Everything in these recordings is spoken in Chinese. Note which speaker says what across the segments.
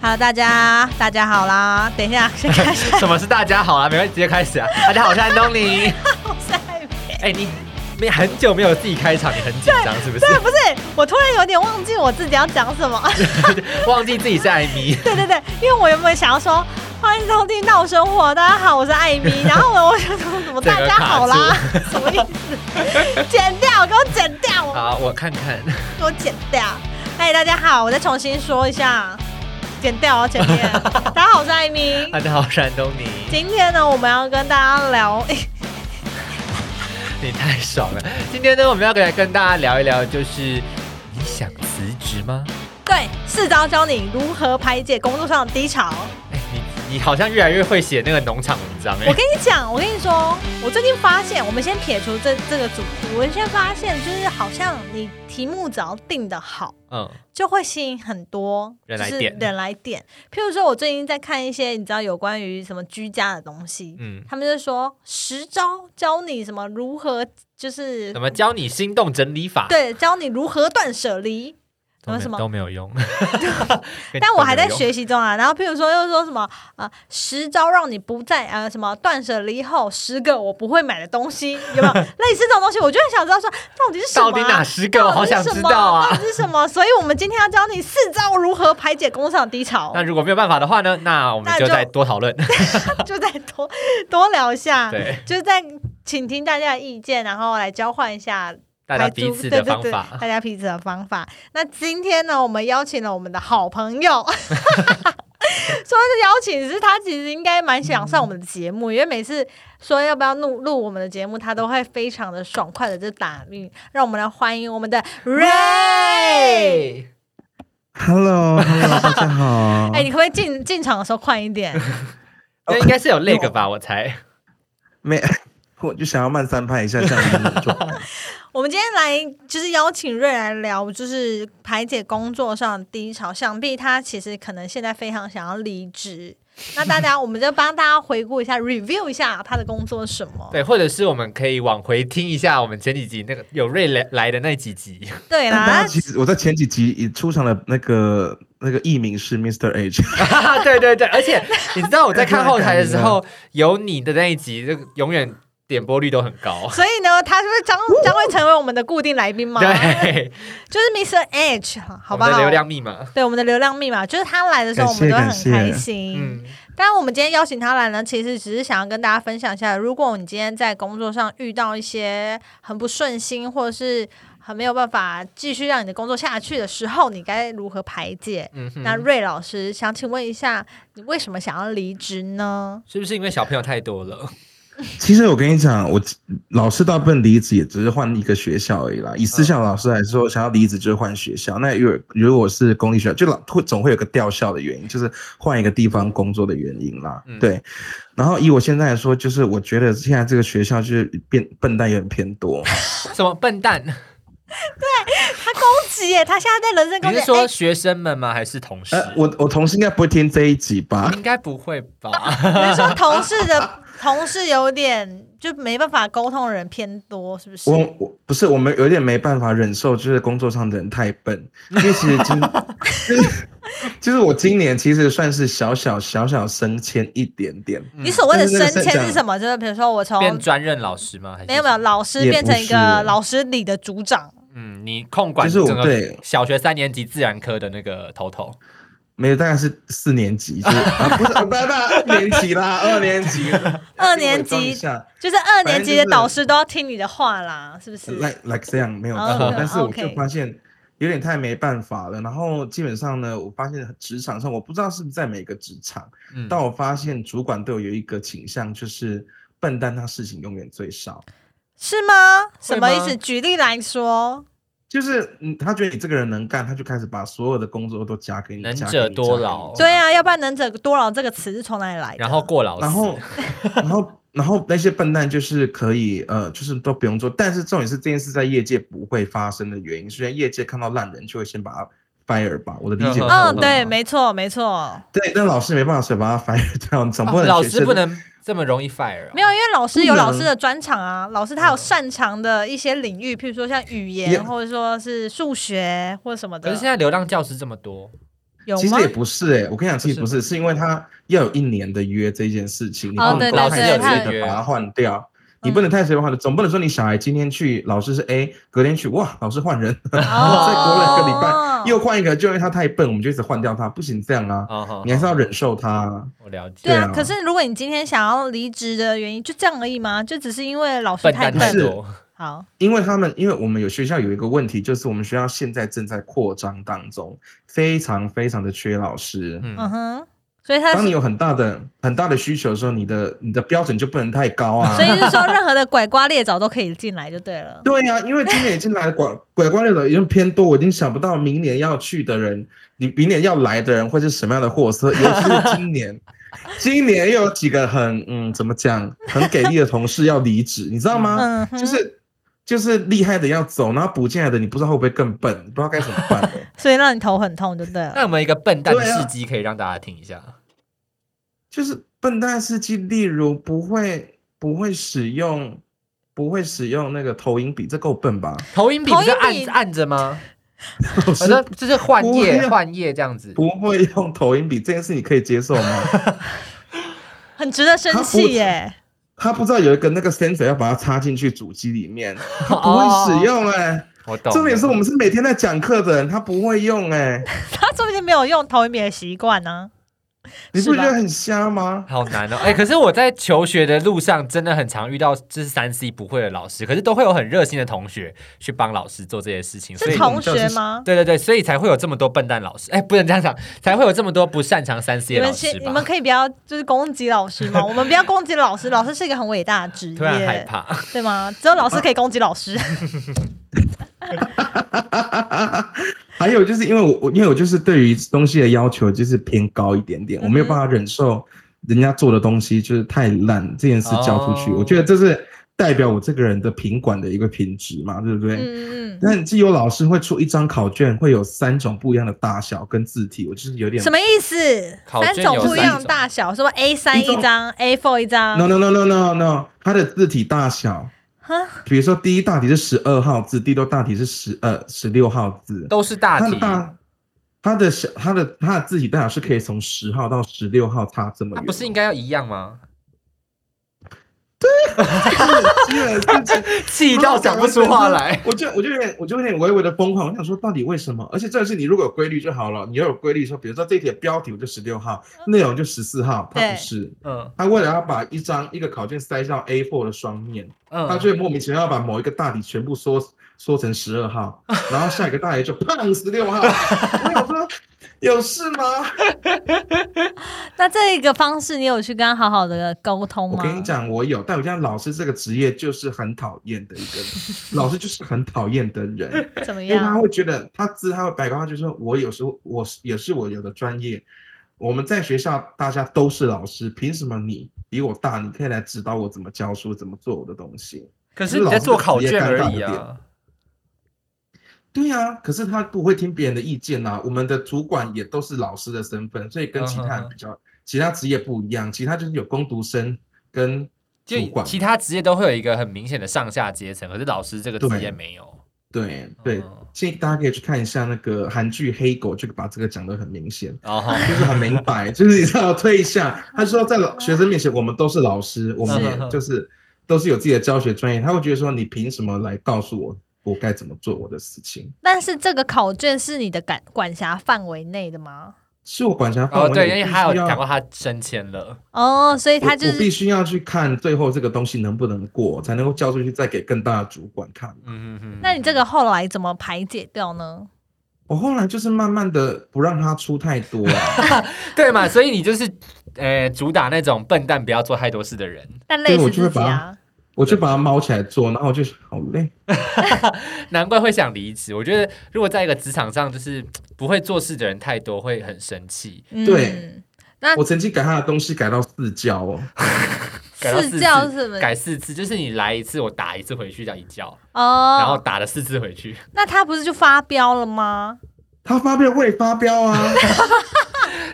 Speaker 1: Hello，大家，大家好啦！等一下， 先开始。
Speaker 2: 什么是大家好啊？没关系，直接 开始啊！大家好，我是安东尼。
Speaker 1: 我是艾美
Speaker 2: 哎、你没很久没有自己开场，你很紧张是不是？
Speaker 1: 对，不是，我突然有点忘记我自己要讲什么。
Speaker 2: 忘记自己是艾米。
Speaker 1: 对对对，因为我原本想要说欢迎收听《闹生活》，大家好，我是艾 米。然后我我想说什么
Speaker 2: 整
Speaker 1: 大
Speaker 2: 个
Speaker 1: 家好啦
Speaker 2: 卡，
Speaker 1: 什么意思？剪掉，给我剪掉，
Speaker 2: 好，我看看。
Speaker 1: 给我剪掉。哎，大家好，我再重新说一下，剪掉哦，前 面。大家好，我是艾米。
Speaker 2: 大家好，我是安东尼。
Speaker 1: 今天呢，我们要跟大家聊，哎
Speaker 2: 你太爽了！今天呢，我们要来跟大家聊一聊，就是你想辞职吗？
Speaker 1: 对，四招教你如何排解工作上的低潮。
Speaker 2: 哎、你你好像越来越会写那个农场文章哎、
Speaker 1: 我跟你讲，我跟你说，我最近发现，我们先撇除这这个主题，我先发现就是好像你题目只要定的好，
Speaker 2: 嗯，
Speaker 1: 就会吸引很多
Speaker 2: 人来
Speaker 1: 就是
Speaker 2: 点
Speaker 1: 人来点。譬如说，我最近在看一些你知道有关于什么居家的东西，
Speaker 2: 嗯，
Speaker 1: 他们就说十招教你什么如何就是
Speaker 2: 怎么教你心动整理法？
Speaker 1: 对，教你如何断舍离。
Speaker 2: 都没有，
Speaker 1: 什么
Speaker 2: 都没 有用。跟
Speaker 1: 但我还在
Speaker 2: 都没有用
Speaker 1: 学习中啊。然后，譬如说，又说什么呃，十招让你不再呃什么断舍离后十个我不会买的东西，有没 有类似这种东西？我就很想知道说，到底是什么、
Speaker 2: 到
Speaker 1: 啊？
Speaker 2: 底哪十个？我好想
Speaker 1: 到底是
Speaker 2: 知
Speaker 1: 什么
Speaker 2: 道啊
Speaker 1: 到！底是什么？所以我们今天要教你四招如何排解工厂低潮
Speaker 2: 那，如果没有办法的话呢，那我们
Speaker 1: 那
Speaker 2: 就
Speaker 1: 就
Speaker 2: 再多讨论。
Speaker 1: 就再多多聊一下，
Speaker 2: 对，
Speaker 1: 就是在请听大家的意见，然后来交换一下
Speaker 2: 大家
Speaker 1: 排
Speaker 2: 彼
Speaker 1: 租
Speaker 2: 此的
Speaker 1: 对对
Speaker 2: 方
Speaker 1: 对
Speaker 2: 法。
Speaker 1: 大家彼此的方法。那今天呢，我们邀请了我们的好朋 友。说是邀请，是他其实应该蛮想上我们的节目，因为每次说要不要录录我们的节目，他都会非常的爽快的就打晕。让我们来欢迎我们的 Ray。
Speaker 2: 哎
Speaker 3: Hello，Hello，大家好。
Speaker 1: 哎、你可不可以进进场的时候快一点？哦
Speaker 2: 那应该是有那个吧，我猜。
Speaker 3: 没， 我就想要慢三拍一下，这样 子很重。
Speaker 1: 我们今天来就是邀请瑞来聊，就是排解工作上的低潮。想必他其实可能现在非常想要离 职。那大家，我们就帮大家回顾一下，review 一下他的工作是什么。
Speaker 2: 对，或者是我们可以往回听一下我们前几集那个有瑞来来的那 几集，
Speaker 1: 对
Speaker 3: 但
Speaker 1: 啦
Speaker 3: 大家，其实我在前几集也出场了，那个那个艺名是 Mr. H，
Speaker 2: 对对对，而且你知道我在看后台的时 候，有你的那一集，这个永远点播率都很高
Speaker 1: 那。所以呢，他是不是将将会成为我们的固定来宾吗？
Speaker 2: 对，
Speaker 1: 就是 Mr. H，好
Speaker 2: 我
Speaker 1: 不
Speaker 2: 们的
Speaker 1: 好
Speaker 2: 流？量密码，
Speaker 1: 对我们的流量密码，就是他来的时候，我
Speaker 3: 感
Speaker 1: 们都
Speaker 3: 谢
Speaker 1: 会
Speaker 3: 感
Speaker 1: 很开
Speaker 3: 谢
Speaker 1: 心。
Speaker 2: 嗯，
Speaker 1: 但我们今天邀请他来呢，其实只是想要跟大家分享一下，如果你今天在工作上遇到一些很不顺心，或者是很没有办法继续让你的工作下去的时候，你该如何排解？
Speaker 2: 嗯哼
Speaker 1: 那瑞老师想请问一下，你为什么想要离职呢？
Speaker 2: 是不是因为小朋友太多了？
Speaker 3: 其实我跟你讲，我老师大部分离职也只是换一个学校而已啦。以私校老师来说，想要离职就是换学校。那 如果如果是公立学校，就老会总会有个调校的原因，就是换一个地方工作的原因啦。
Speaker 2: 嗯
Speaker 3: 对。然后以我现在来说，就是我觉得现在这个学校就是变笨蛋有点偏多。
Speaker 2: 什么笨蛋？
Speaker 1: 他攻击耶，他现在在人身攻
Speaker 2: 你
Speaker 1: 击。
Speaker 2: 是说
Speaker 1: 哎
Speaker 2: 学生们吗？还是同事？
Speaker 3: 呃，我我同事应该不会听这一集吧？
Speaker 2: 应该不会吧？
Speaker 1: 哎你 是说同事的 同事有点就没办法沟通的人偏多，是不是？
Speaker 3: 我嗯我不是我们有点没办法忍受，就是工作上的人太笨，因为其实 今 就是就是我今年其实算是小小小小升迁一点点，
Speaker 1: 你所谓的
Speaker 3: 嗯就是那个
Speaker 1: 升
Speaker 3: 这
Speaker 1: 迁
Speaker 3: 样
Speaker 1: 是什么？就是比如说我从
Speaker 2: 变专任老师吗？还是
Speaker 1: 哦没有没有，老师
Speaker 3: 也
Speaker 1: 变
Speaker 3: 不
Speaker 1: 成一个
Speaker 3: 是
Speaker 1: 老师里的组长，
Speaker 2: 嗯，你控管
Speaker 3: 就是
Speaker 2: 整
Speaker 3: 我
Speaker 2: 个
Speaker 3: 对
Speaker 2: 小学三年级自然科的那个头头，
Speaker 3: 没有大概是四年级，就是啊不是啊不是啊二年级啦，二年级，
Speaker 1: 二年
Speaker 3: 给我伪装一
Speaker 1: 级
Speaker 3: 下
Speaker 1: 就是二年级的
Speaker 3: 反正就是
Speaker 1: 导师都要听你的话啦，是不是？
Speaker 3: ，like like 这样没有
Speaker 1: 哦
Speaker 3: 错
Speaker 2: ，OK，，
Speaker 3: 但是我就
Speaker 1: OK
Speaker 3: 发现。有点太没办法了，然后基本上呢，我发现职场上，我不知道是不是在每个职场，
Speaker 2: 嗯，
Speaker 3: 但我发现主管对我有一个倾向，就是笨蛋他事情永远最少，
Speaker 1: 是吗？什么
Speaker 2: 会
Speaker 1: 意
Speaker 2: 吗
Speaker 1: 思？举例来说，
Speaker 3: 就是嗯，他觉得你这个人能干，他就开始把所有的工作都加给你，
Speaker 2: 能
Speaker 3: 加给
Speaker 2: 者
Speaker 3: 你
Speaker 2: 多
Speaker 3: 加给
Speaker 2: 劳
Speaker 3: 你
Speaker 1: 对啊，要不然“能者多劳”这个词是从哪里来的？
Speaker 2: 然后过哦劳死，
Speaker 3: 哦然后， 然后，然后那些笨蛋就是可以，呃，就是都不用做。但是重点是这件事在业界不会发生的原因，虽然业界看到烂人就会先把他 fire 吧，我的理解。
Speaker 2: 嗯
Speaker 1: 嗯，
Speaker 2: 嗯
Speaker 1: 对，没错，没错，
Speaker 3: 对，但老师没办法，所以把他 fire 掉，总不
Speaker 2: 哦
Speaker 3: 能、
Speaker 2: 老师不。能这么容易 fire，哦
Speaker 1: 没有，因为老师
Speaker 3: 不
Speaker 1: 有
Speaker 3: 能
Speaker 1: 老师的专长啊，老师他有擅长的一些领域，譬如说像语言，
Speaker 3: 也
Speaker 1: 或者说是数学或者什么
Speaker 2: 可
Speaker 1: 的
Speaker 2: 是现，在流浪教师这么多，
Speaker 1: 有
Speaker 3: 其
Speaker 1: 吗
Speaker 3: 实？也不 是哎、我跟你讲，其实
Speaker 2: 不
Speaker 3: 不是，是因为他要有一年的约这件事情，你
Speaker 1: 哦
Speaker 3: 不
Speaker 1: 对对
Speaker 3: 能
Speaker 1: 对嗯
Speaker 3: 太随
Speaker 1: 他
Speaker 3: 便
Speaker 2: 有
Speaker 3: 的把它换掉。你不能太随便换的，总不能说你小孩今天去老师是 A，隔天去哇老师换人，然后再过了一个礼
Speaker 1: 哦
Speaker 3: 拜又换一个，就因为他太笨，我们就一直换掉他，不行这样啊，
Speaker 2: 好好，
Speaker 3: 你还是要忍受他啊。
Speaker 2: 哦我了解。
Speaker 1: 对
Speaker 3: 对
Speaker 1: 啊
Speaker 3: 啊，
Speaker 1: 可是如果你今天想要离职的原因就这样而已吗？就只是因为老师
Speaker 2: 笨
Speaker 1: 太
Speaker 2: 蛋
Speaker 1: 笨？
Speaker 2: 太
Speaker 3: 是
Speaker 2: 多，
Speaker 1: 好，
Speaker 3: 因为他们，因为我们有学校有一个问题，就是我们学校现在正在扩张当中，非常非常的缺老师。
Speaker 1: 嗯
Speaker 2: 嗯，
Speaker 1: 哼，所以他
Speaker 3: 当
Speaker 1: 是
Speaker 3: 你有很大的很大的需求的时候，你的你的标准就不能太高啊。
Speaker 1: 所以是说任何的拐瓜裂枣都可以进来就对了。
Speaker 3: 对呀、因为今年已经来拐拐瓜裂枣已经偏多，我已经想不到明年要去的人，你明年要来的人会是什么样的货色，尤其是今年。今年又有几个很嗯，怎么讲，很给力的同事要离职，你知道吗？
Speaker 1: 嗯哼，
Speaker 3: 啊就是就是厉害的要走，然后补进来的你不知道会不会更笨，不知道该怎么办、欸
Speaker 1: 所以让你头很痛就对了。
Speaker 2: 那有没有一个笨蛋的
Speaker 3: 对啊
Speaker 2: 事迹可以让大家听一下？
Speaker 3: 就是笨蛋司机，例如不会不会使用不会使用那个投影笔，这够笨吧？
Speaker 2: 投影笔
Speaker 1: 投
Speaker 2: 不是
Speaker 1: 影笔
Speaker 2: 按按着吗？
Speaker 3: 老
Speaker 2: 我
Speaker 3: 师
Speaker 2: 说就是换
Speaker 3: 不一
Speaker 2: 页
Speaker 3: 样
Speaker 2: 换页这样子。
Speaker 3: 不会用投影笔这件事，你可以接受吗？
Speaker 1: 很值得生气耶！
Speaker 3: 他不知道有一个那个 sensor 要把它插进去主机里 面，他不会使用哎、
Speaker 2: 哦
Speaker 1: 哦
Speaker 2: 我懂。
Speaker 3: 重点是我们是每天在讲课的人，他不会用哎、
Speaker 1: 他说不定没有用投影笔的习惯啊呢。
Speaker 3: 你
Speaker 1: 是
Speaker 3: 不觉得
Speaker 1: 吧
Speaker 3: 很瞎吗？
Speaker 2: 好难哦，哎、可是我在求学的路上真的很常遇到，就是三 C 不会的老师，可是都会有很热心的同学去帮老师做这些事情，所
Speaker 1: 是
Speaker 2: 以
Speaker 1: 同学吗？
Speaker 2: 对对对，所以才会有这么多笨蛋老师，哎、不能这样讲，才会有这么多不擅长三 C
Speaker 1: 你
Speaker 2: 的老
Speaker 1: 们
Speaker 2: 师
Speaker 1: 先，你们
Speaker 2: 吧？
Speaker 1: 可以不要就是攻击老师吗？我们不要攻击老师，老师是一个很伟大的职
Speaker 2: 突然啊害
Speaker 1: 业，
Speaker 2: 怕，
Speaker 1: 对吗？只有老师可以攻击老师。
Speaker 3: 还有就是因为我我因为我就是对于东西的要求就是偏高一点点，我没有
Speaker 1: 嗯哼
Speaker 3: 办法忍受人家做的东西就是太烂这件事交出去，
Speaker 2: 哦
Speaker 3: 我觉得这是代表我这个人的品管的一个品质嘛，对不对？
Speaker 1: 嗯嗯
Speaker 3: 那既有老师会出一张考卷，会有三种不一样的大小跟字体，我就是有
Speaker 1: 嗯，
Speaker 3: 点
Speaker 1: 什么意思？
Speaker 2: 考
Speaker 1: 三
Speaker 2: 卷
Speaker 1: 种
Speaker 2: 有
Speaker 1: 不一
Speaker 2: 三
Speaker 1: 样的
Speaker 2: 种
Speaker 1: 大小，什么 A 三
Speaker 3: 一种
Speaker 1: 一张，A four 一张
Speaker 3: no no no no no no，它的字体大小，
Speaker 1: 哈
Speaker 3: 比如说第一大题是十二号字，第六大题是十二十六号字，
Speaker 2: 都是大
Speaker 3: 它
Speaker 2: 题
Speaker 3: 的，大。它的小，它的它的字体大小是可以从十号到十六号差这么
Speaker 2: 那
Speaker 3: 远，
Speaker 2: 不是应该要一样吗？
Speaker 3: 基本 上是
Speaker 2: 气到讲不出话 来。
Speaker 3: 我就我就有点我就有点微微的疯狂，我想说到底为什么？而且这是你如果有规律就好了，你要有规律说，比如说这一题的标题我就十六号，内容就十四号，它
Speaker 1: 对
Speaker 3: 不是，
Speaker 2: 嗯
Speaker 3: 他为了要把一张一个考卷塞到 A4 的双面，他
Speaker 2: 嗯，
Speaker 3: 就会莫名其妙把某一个大题全部缩缩成十二 号，然后下一个大题就砰十六 号，我想说有事吗？
Speaker 1: 那这个方式你有去跟他好好的沟通
Speaker 3: 我
Speaker 1: 吗？
Speaker 3: 跟你讲，我有，但我讲老师这个职业就是很讨厌的一 个，老师就是很讨厌的人。
Speaker 1: 怎么
Speaker 3: 因为他
Speaker 1: 样？
Speaker 3: 会觉得他自他会摆高，他就说我有时候我是也是我有的专业，我们在学校大家都是老师，凭什么你比我大，你可以来指导我怎么教书，怎么做我的东西？
Speaker 2: 可是你在做考卷而
Speaker 3: 老师
Speaker 2: 已
Speaker 3: 的职业尴尬
Speaker 2: 啊。
Speaker 3: 对呀、可是他不会听别人的意见呐、我们的主管也都是老师的身份，所以跟其他
Speaker 2: 嗯哼
Speaker 3: 人比较，其他职业不一样，其他就是有工读生跟
Speaker 2: 就
Speaker 3: 主管。
Speaker 2: 其他职业都会有一个很明显的上下阶层，可是老师这个职业没有。
Speaker 3: 对对
Speaker 2: 嗯，
Speaker 3: 建议大家可以去看一下那个韩剧《黑狗》，就把这个讲得很明显。
Speaker 2: 然后，
Speaker 3: 就是很明白，就是你知道退一下，他说在老学生面前，我们都是老师，我们
Speaker 2: 嗯
Speaker 3: 也就是都是有自己的教学专业，他会觉得说你凭什么来告诉我我该怎么做我的事情？
Speaker 1: 但是这个考卷是你的管管辖范围内的吗？
Speaker 3: 是我管辖范
Speaker 2: 哦
Speaker 3: 围，
Speaker 2: 对，因为他有
Speaker 3: 我必须要
Speaker 2: 讲过他升迁了，
Speaker 1: 哦，所以他就
Speaker 3: 我我必
Speaker 1: 是
Speaker 3: 须要去看最后这个东西能不能过，才能够交出去，再给更大的主管看。
Speaker 2: 嗯嗯嗯。
Speaker 1: 那你这个后来怎么排解掉呢？
Speaker 3: 我后来就是慢慢的不让他出太多、啊，
Speaker 2: 对嘛？所以你就是呃，主打那种笨蛋不要做太多事的人。
Speaker 1: 但累
Speaker 3: 对
Speaker 1: 死
Speaker 3: 我就
Speaker 1: 自
Speaker 3: 会
Speaker 1: 己啊！
Speaker 3: 我就把它猫起来做，然后我就好累。
Speaker 2: 难怪会想离职。我觉得如果在一个职场上，就是不会做事的人太多，会很生气。
Speaker 1: 嗯
Speaker 3: 对，
Speaker 1: 那
Speaker 3: 我曾经改他的东西改到四教哦，
Speaker 2: 改到四
Speaker 1: 是
Speaker 2: 次
Speaker 1: 叫什么？
Speaker 2: 改四次，就是你来一次，我打一次回去，叫一叫，然后
Speaker 1: 哦，
Speaker 2: 打了四次回去。
Speaker 1: 那他不是就发飙了吗？
Speaker 3: 他发飙我也发 飙啊。
Speaker 1: 哎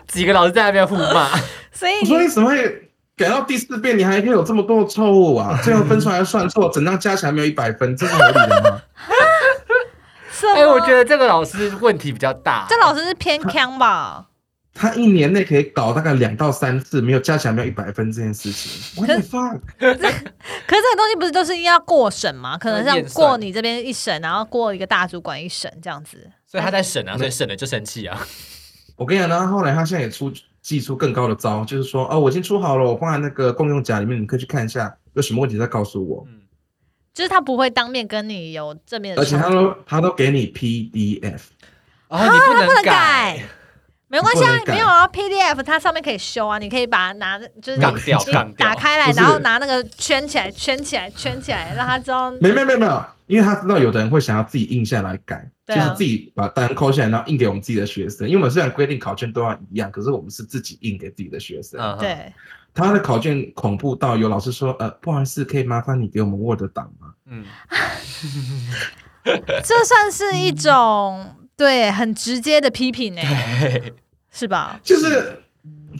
Speaker 2: 几个老师在那边互骂，
Speaker 1: 所以
Speaker 3: 我说
Speaker 1: 你
Speaker 3: 你怎么会改到第四遍，你还可以有这么多的错误啊？最后分数还算错，整张加起来没有一百分，这是合理的吗？
Speaker 1: 什
Speaker 2: 哎、
Speaker 1: 么？
Speaker 2: 我觉得这个老师问题比较大。
Speaker 1: 这老师是偏腔吧？
Speaker 3: 他一年内可以搞大概两到三次，没有加起来没有一百分这件事情。What the fuck？
Speaker 1: 可是这个东西不是就是要过审吗？可能
Speaker 2: 要
Speaker 1: 像
Speaker 2: 验算
Speaker 1: 过你这边一审，然后过一个大主管一审这样子。
Speaker 2: 所以他在审
Speaker 3: 嗯
Speaker 2: 啊，所以审了就生气啊。
Speaker 3: 我跟你讲，然后后来他现在也出祭出更高的招，就是说，哦，我已经出好了，我放在那个共用夹里面，你可以去看一下，有什么问题再告诉我。
Speaker 2: 嗯，
Speaker 1: 就是他不会当面跟你有正面的
Speaker 3: 而且
Speaker 1: 冲
Speaker 3: 他
Speaker 1: 突，
Speaker 3: 都他都给你 PDF，
Speaker 2: 哦，你不能
Speaker 1: 啊不能
Speaker 2: 改
Speaker 1: 改，，没关系啊
Speaker 3: 不能，改
Speaker 1: 没有啊，PDF 它上面可以修啊，你可以把它拿，就是
Speaker 2: 杠掉
Speaker 1: 你
Speaker 2: 杠掉
Speaker 1: 打开来，
Speaker 3: 不是
Speaker 1: 然后拿那个圈起来，圈起来，圈起来，让他知道。
Speaker 3: 没没没没有，因为他知道有的人会想要自己印下来改，
Speaker 1: 对
Speaker 3: 就
Speaker 1: 啊
Speaker 3: 是自己把单抠下来，然后印给我们自己的学生。因为我们虽然规定考卷都要一样，可是我们是自己印给自己的学生。
Speaker 2: 嗯，
Speaker 1: 对，
Speaker 3: 他的考卷恐怖到有老师说，呃，不好意思，可以麻烦你给我们 Word 档吗？
Speaker 2: 嗯，
Speaker 1: 这算是一种对很直接的批评呢、欸
Speaker 2: 对，
Speaker 1: 是吧？
Speaker 3: 就是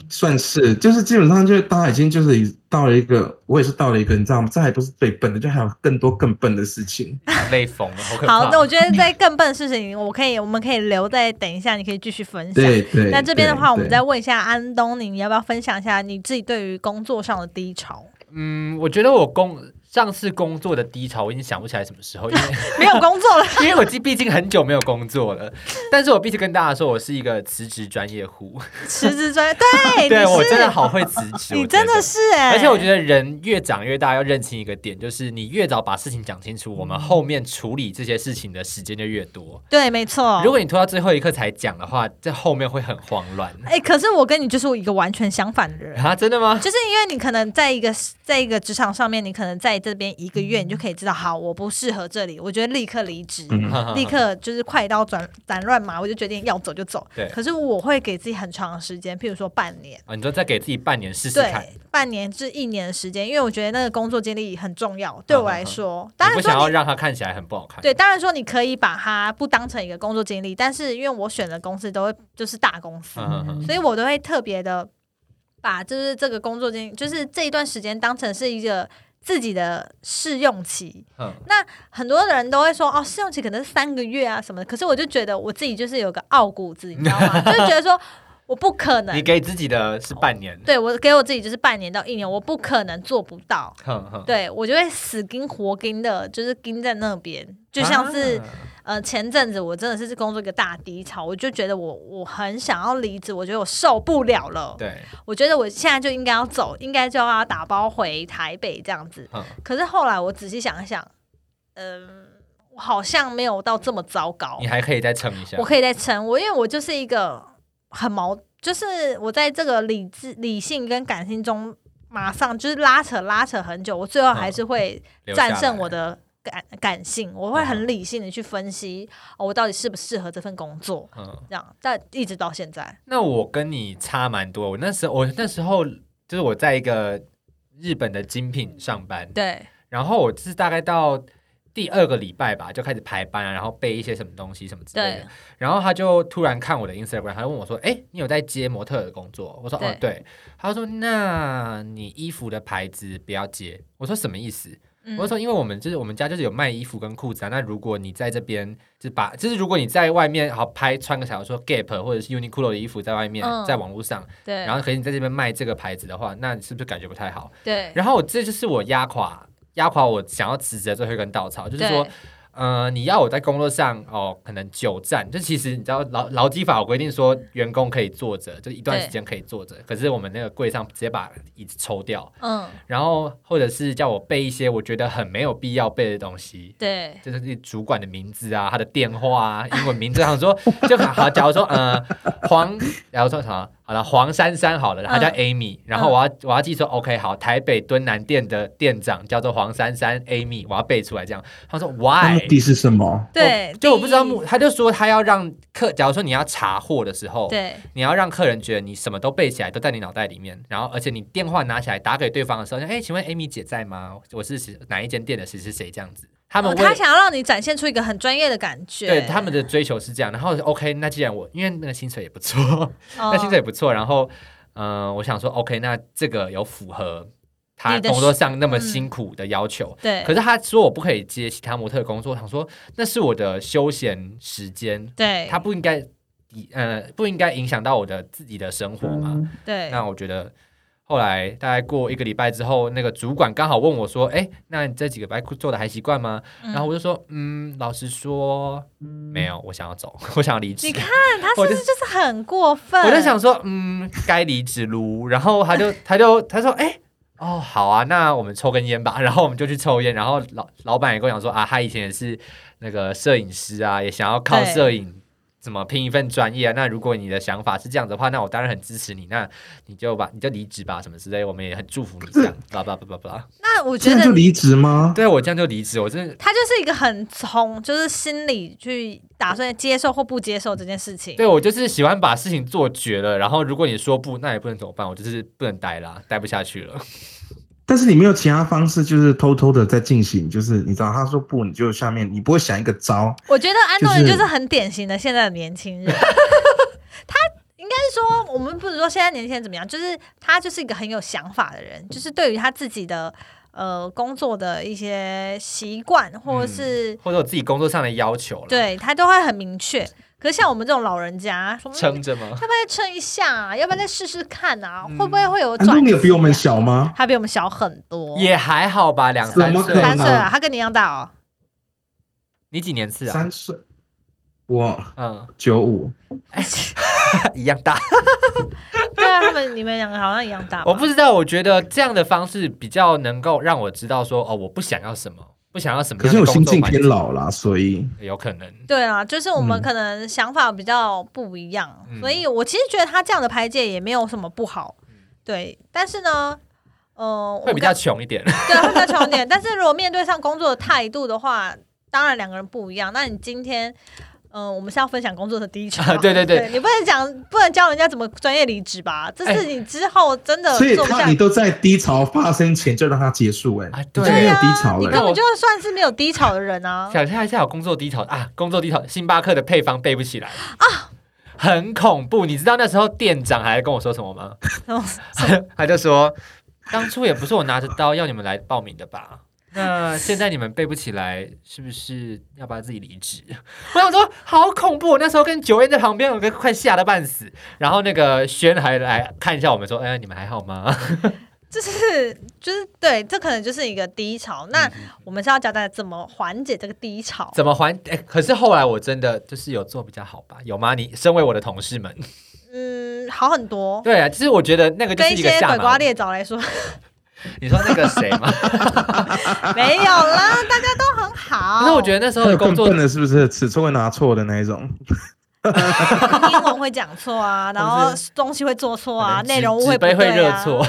Speaker 3: 算是，就是基本上就是大家已经就是已到了一个，我也是到了一个，你知道吗？这还不是最笨的，就还有更多更笨的 事情。
Speaker 2: 累疯了，好可怕。
Speaker 1: 好，那我觉得在更笨的事情，我可以，我们可以留在等一下，你可以继续分享。
Speaker 3: 对对。
Speaker 1: 那这边的话，
Speaker 3: 对
Speaker 1: 我们
Speaker 3: 对
Speaker 1: 再问一下安东尼，你要不要分享一下你自己对于工作上的低潮？
Speaker 2: 嗯，我觉得我工上次工作的低潮，我已经想不起来什么时候，因为
Speaker 1: 没有工作了，
Speaker 2: 因为我毕毕竟很久没有工作了。但是我必须跟大家说，我是一个辞职专业户，
Speaker 1: 辞职专业，对，
Speaker 2: 对
Speaker 1: 哎你是
Speaker 2: 我真的好会辞 职，
Speaker 1: 你
Speaker 2: 我觉
Speaker 1: 真
Speaker 2: 得
Speaker 1: 的。是哎、
Speaker 2: 而且我觉得人越长越大，要认清一个点，就是你越早把事情讲清楚，我们后面处理这些事情的时间就越多。
Speaker 1: 对，没错。
Speaker 2: 如果你拖到最后一刻才讲的话，在后面会很慌乱。
Speaker 1: 哎、可是我跟你就是一个完全相反的人，
Speaker 2: 啊，真的 吗？
Speaker 1: 就是因为你可能在一个在一个职场上面，你可能在这边一个月，你就可以知道，好，我不适合这里，我觉得立刻离职。
Speaker 3: 嗯
Speaker 1: 立刻就是快刀斩斩乱麻，我就决定要走就走。
Speaker 2: 对
Speaker 1: 可是我会给自己很长的时间，譬如说半年，
Speaker 2: 啊，你说再给自己半年试试
Speaker 1: 对
Speaker 2: 看，，
Speaker 1: 半年至一年的时间，因为我觉得那个工作经历很重要，对我来说。当
Speaker 2: 嗯你
Speaker 1: 然
Speaker 2: 不
Speaker 1: 说
Speaker 2: 想
Speaker 1: 你
Speaker 2: 要让它看起来很不好看。
Speaker 1: 对，当然说你可以把它不当成一个工作经历，但是因为我选的公司都会就是大公司，
Speaker 2: 嗯，嗯嗯
Speaker 1: 所以我都会特别的把就是这个工作经，就是这一段时间当成是一个自己的试用期。
Speaker 2: 嗯，
Speaker 1: 很多人都会说哦，试用期可能是三个月啊什么的，可是我就觉得我自己就是有个傲骨子，你知道 吗？就是觉得说我不可
Speaker 2: 你
Speaker 1: 能。
Speaker 2: 给自己的是半年，
Speaker 1: 对我给我自己就是半年到一年，我不可能做不到，
Speaker 2: 哼哼，
Speaker 1: 对我就会死盯活盯的，就是盯在那边，就像是、
Speaker 2: 啊
Speaker 1: 呃，前阵子我真的是工作一个大低潮，我就觉得我我很想要离职，我觉得我受不了了，
Speaker 2: 对，
Speaker 1: 我觉得我现在就应该要走，应该就要打包回台北这样子。
Speaker 2: 嗯
Speaker 1: 可是后来我仔细想一想，嗯、我好像没有到这么糟糕
Speaker 2: 你，还可以再撑一下
Speaker 1: 我。可以再撑。我因为我就是一个很矛，就是我在这个理智、理性跟感性中，马上就是拉扯拉扯很久，我最后还是会
Speaker 2: 留下来
Speaker 1: 战胜我的感感性，我会很理性的去分析、哦我到底适不适合这份工作，
Speaker 2: 嗯，
Speaker 1: 这样，但一直到现在，
Speaker 2: 那我跟你差蛮多。我那时候，我那时候就是我在一个日本的精品上班，
Speaker 1: 对，
Speaker 2: 然后我是大概到第二个礼拜吧，就开始排班啊，然后背一些什么东西什么之类的
Speaker 1: 对。
Speaker 2: 然后他就突然看我的 Instagram，他就问我说：“哎，你有在接模特的工作？”我说：“哦，对。”他说：“那你衣服的牌子不要接。”我说：“什么意思？”
Speaker 1: 嗯
Speaker 2: 我就说，因为我们就是我们家就是有卖衣服跟裤子啊。那如果你在这边就是把，就是如果你在外面好拍穿个小说 Gap 或者是 Uniqlo 的衣服在外面，
Speaker 1: 嗯
Speaker 2: 在网络上，
Speaker 1: 对，
Speaker 2: 然后可是你在这边卖这个牌子的话，那你是不是感觉不太好？
Speaker 1: 对，
Speaker 2: 然后我这就是我压垮压垮我想要辞职的最后一根稻草，就是
Speaker 1: 对
Speaker 2: 说。呃，你要我在工作上哦，可能久站，就其实你知道劳劳基法有规定说员工可以坐着，就一段时
Speaker 1: 对
Speaker 2: 间可以坐着，可是我们那个柜上直接把椅子抽掉，
Speaker 1: 嗯，
Speaker 2: 然后或者是叫我背一些我觉得很没有必要背的东西。
Speaker 1: 对，
Speaker 2: 就是那主管的名字啊，他的电话啊，英文名字。想说， 就好，假如说，呃，黄，然后说什么？好了，黄珊珊好了，她
Speaker 1: 嗯
Speaker 2: 叫 Amy、然后我要我要记说，OK，好，台北敦南店的店长叫做黄珊珊 Amy，我要背出来这样。他说
Speaker 3: 目
Speaker 2: Why？
Speaker 3: 的是什么？
Speaker 1: 对，
Speaker 2: 就我不知道
Speaker 1: 第一
Speaker 2: 目，他就说他要让客，假如说你要查货的时候，
Speaker 1: 对
Speaker 2: 你要让客人觉得你什么都背起来，都在你脑袋里面，然后而且你电话拿起来打给对方的时候，哎、请问 Amy 姐在吗？我是谁哪一间店的谁是谁这样子，他们
Speaker 1: 哦
Speaker 2: 为、
Speaker 1: 他想要让你展现出一个很专业的感觉，
Speaker 2: 对他们的追求是这样，然后 OK，那既然我因为那个薪水也不错，
Speaker 1: 哦
Speaker 2: 那薪水也不错，然后嗯、呃我想说 OK，那这个有符合他
Speaker 1: 你的嗯
Speaker 2: 工作
Speaker 1: 是
Speaker 2: 上那么
Speaker 1: 嗯
Speaker 2: 辛苦的要求。
Speaker 1: 对，
Speaker 2: 可是他说我不可以接其他模特的工作，我想说那是我的休闲时间，
Speaker 1: 对，
Speaker 2: 他不应该，呃，不应该影响到我的自己的生活嘛。
Speaker 1: 对，
Speaker 2: 那我觉得后来大概过一个礼拜之后，那个主管刚好问我说：“哎，那你这几个礼拜做的还习惯吗？”
Speaker 1: 嗯
Speaker 2: 然后我就说：“嗯，老实说，没有，我想要走， 我想要离职
Speaker 1: 你。”看他是
Speaker 2: 我
Speaker 1: 不
Speaker 2: 就是
Speaker 1: 就是很过分？
Speaker 2: 我就想说，嗯，该离职撸。然后他就他就他说：“哎。”哦，好啊，那我们抽根烟吧。然后我们就去抽烟。然后老老板也跟我讲说啊，他以前也是那个摄影师啊，也想要靠
Speaker 1: 对
Speaker 2: 摄影怎么拼一份专业啊。那如果你的想法是这样子的话，那我当然很支持你。那你就把你就离职吧，什么之类，我们也很祝福你这样。巴拉巴拉巴拉。
Speaker 1: 那我觉
Speaker 3: 现在
Speaker 1: 得
Speaker 3: 就离职吗？
Speaker 2: 对我这样就离职，我真的
Speaker 1: 他就是一个很从就是心里去打算接受或不接受这件事情。
Speaker 2: 对我就是喜欢把事情做绝了。然后如果你说不，那也不能怎么办，我就是不能待啦，待不下去了。
Speaker 3: 但是你没有其他方式，就是偷偷的在进行，就是你知道，他说不，你就下面你不会想一个招，
Speaker 1: 我觉得安东尼
Speaker 3: 就是
Speaker 1: 就是很典型的现在的年轻 人，他应该说我们不能说现在年轻人怎么样，就是他就是一个很有想法的人，就是对于他自己的呃工作的一些习惯或者是、
Speaker 2: 或者我自己工作上的要求了。
Speaker 1: 对他都会很明确。可是像我们这种老人家，说
Speaker 2: 撑着吗？
Speaker 1: 要不要再撑一下、啊？要不要再试试看啊？
Speaker 2: 嗯
Speaker 1: 会不会会有
Speaker 3: 安
Speaker 1: 转？
Speaker 3: 东尼有比我们，小吗？
Speaker 1: 他比我们小很多，
Speaker 2: 也还好吧，两三
Speaker 3: 怎么可能
Speaker 2: 岁。
Speaker 1: 三岁了，他跟你一样大哦。
Speaker 2: 你几年次啊？
Speaker 3: 三岁，我
Speaker 2: 嗯，
Speaker 3: 九五，
Speaker 2: 一样大。
Speaker 1: 对啊，他们你们两个好像一样大吧。
Speaker 2: 我不知道，我觉得这样的方式比较能够让我知道说，哦，我不想要什么，不想要什么
Speaker 3: 可
Speaker 2: 样
Speaker 3: 是
Speaker 2: 的
Speaker 3: 我
Speaker 2: 工
Speaker 3: 心
Speaker 2: 作
Speaker 3: 境
Speaker 2: 环
Speaker 3: 偏
Speaker 2: 境。
Speaker 3: 老啦，所以
Speaker 2: 有可能，
Speaker 1: 对啊，就是我们
Speaker 3: 嗯
Speaker 1: 可能想法比较不一样，
Speaker 2: 嗯
Speaker 1: 所以我其实觉得他这样的排界也没有什么不好。对，但是呢，呃，
Speaker 2: 会
Speaker 1: 我
Speaker 2: 比
Speaker 1: 刚
Speaker 2: 较穷一点。，
Speaker 1: 对会比较穷一点，但是如果面对上工作的态度的话，当然两个人不一样。那你今天。嗯，我们是要分享工作的低潮
Speaker 2: 对对对
Speaker 1: 你不能讲，不能教人家怎么专业离职吧？这
Speaker 2: 哎
Speaker 1: 是你之后真的
Speaker 3: 所以
Speaker 1: 做不下
Speaker 3: 哎他你都在低潮发生前就让它结束、欸，哎、
Speaker 2: 啊
Speaker 3: 你就
Speaker 2: 对
Speaker 3: 没有
Speaker 1: 啊
Speaker 3: 低潮
Speaker 1: 你
Speaker 3: 了、
Speaker 1: 根
Speaker 2: 看
Speaker 1: 本就算是没有低潮的人啊。
Speaker 2: 想象一下，有工作低潮啊，工作低潮，星巴克的配方背不起来啊，很恐怖。你知道那时候店长还跟我说什么吗？
Speaker 1: 然后
Speaker 2: 他就说，当初也不是我拿着刀要你们来报名的 吧？那现在你们背不起来，是不是要不要自己离职？ 我想说，好恐怖！我那时候跟九燕在旁边，我跟快吓得半死。然后那个轩还来看一下我们，说：“哎，你们还好吗
Speaker 1: 就是就是对，这可能就是一个低潮。
Speaker 2: 嗯
Speaker 1: 那我们是要教大家怎么缓解这个低潮？”。
Speaker 2: 怎么还？哎，可是后来我真的就是有做比较好吧？有吗？你身为我的同事们，
Speaker 1: 嗯，好很多。
Speaker 2: 对啊，其实我觉得那个就
Speaker 1: 跟
Speaker 2: 是
Speaker 1: 一
Speaker 2: 一个
Speaker 1: 些
Speaker 2: 下
Speaker 1: 鬼
Speaker 2: 马
Speaker 1: 瓜
Speaker 2: 威。
Speaker 1: 裂枣来说，
Speaker 2: 你说那个谁吗？
Speaker 1: 没有啦，大家都很好。
Speaker 2: 可是我觉得那时候
Speaker 3: 还
Speaker 2: 的
Speaker 3: 有
Speaker 2: 工
Speaker 3: 更
Speaker 2: 作
Speaker 3: 笨的，是不是？尺寸会拿错的那一种，
Speaker 1: 得英文会讲错 啊，然后
Speaker 2: 或
Speaker 1: 东西会做错啊，
Speaker 2: 可能
Speaker 1: 内容
Speaker 2: 嗯纸
Speaker 1: 会
Speaker 2: 纸
Speaker 1: 不
Speaker 2: 杯
Speaker 1: 对
Speaker 2: 会热
Speaker 1: 啊，
Speaker 2: 错。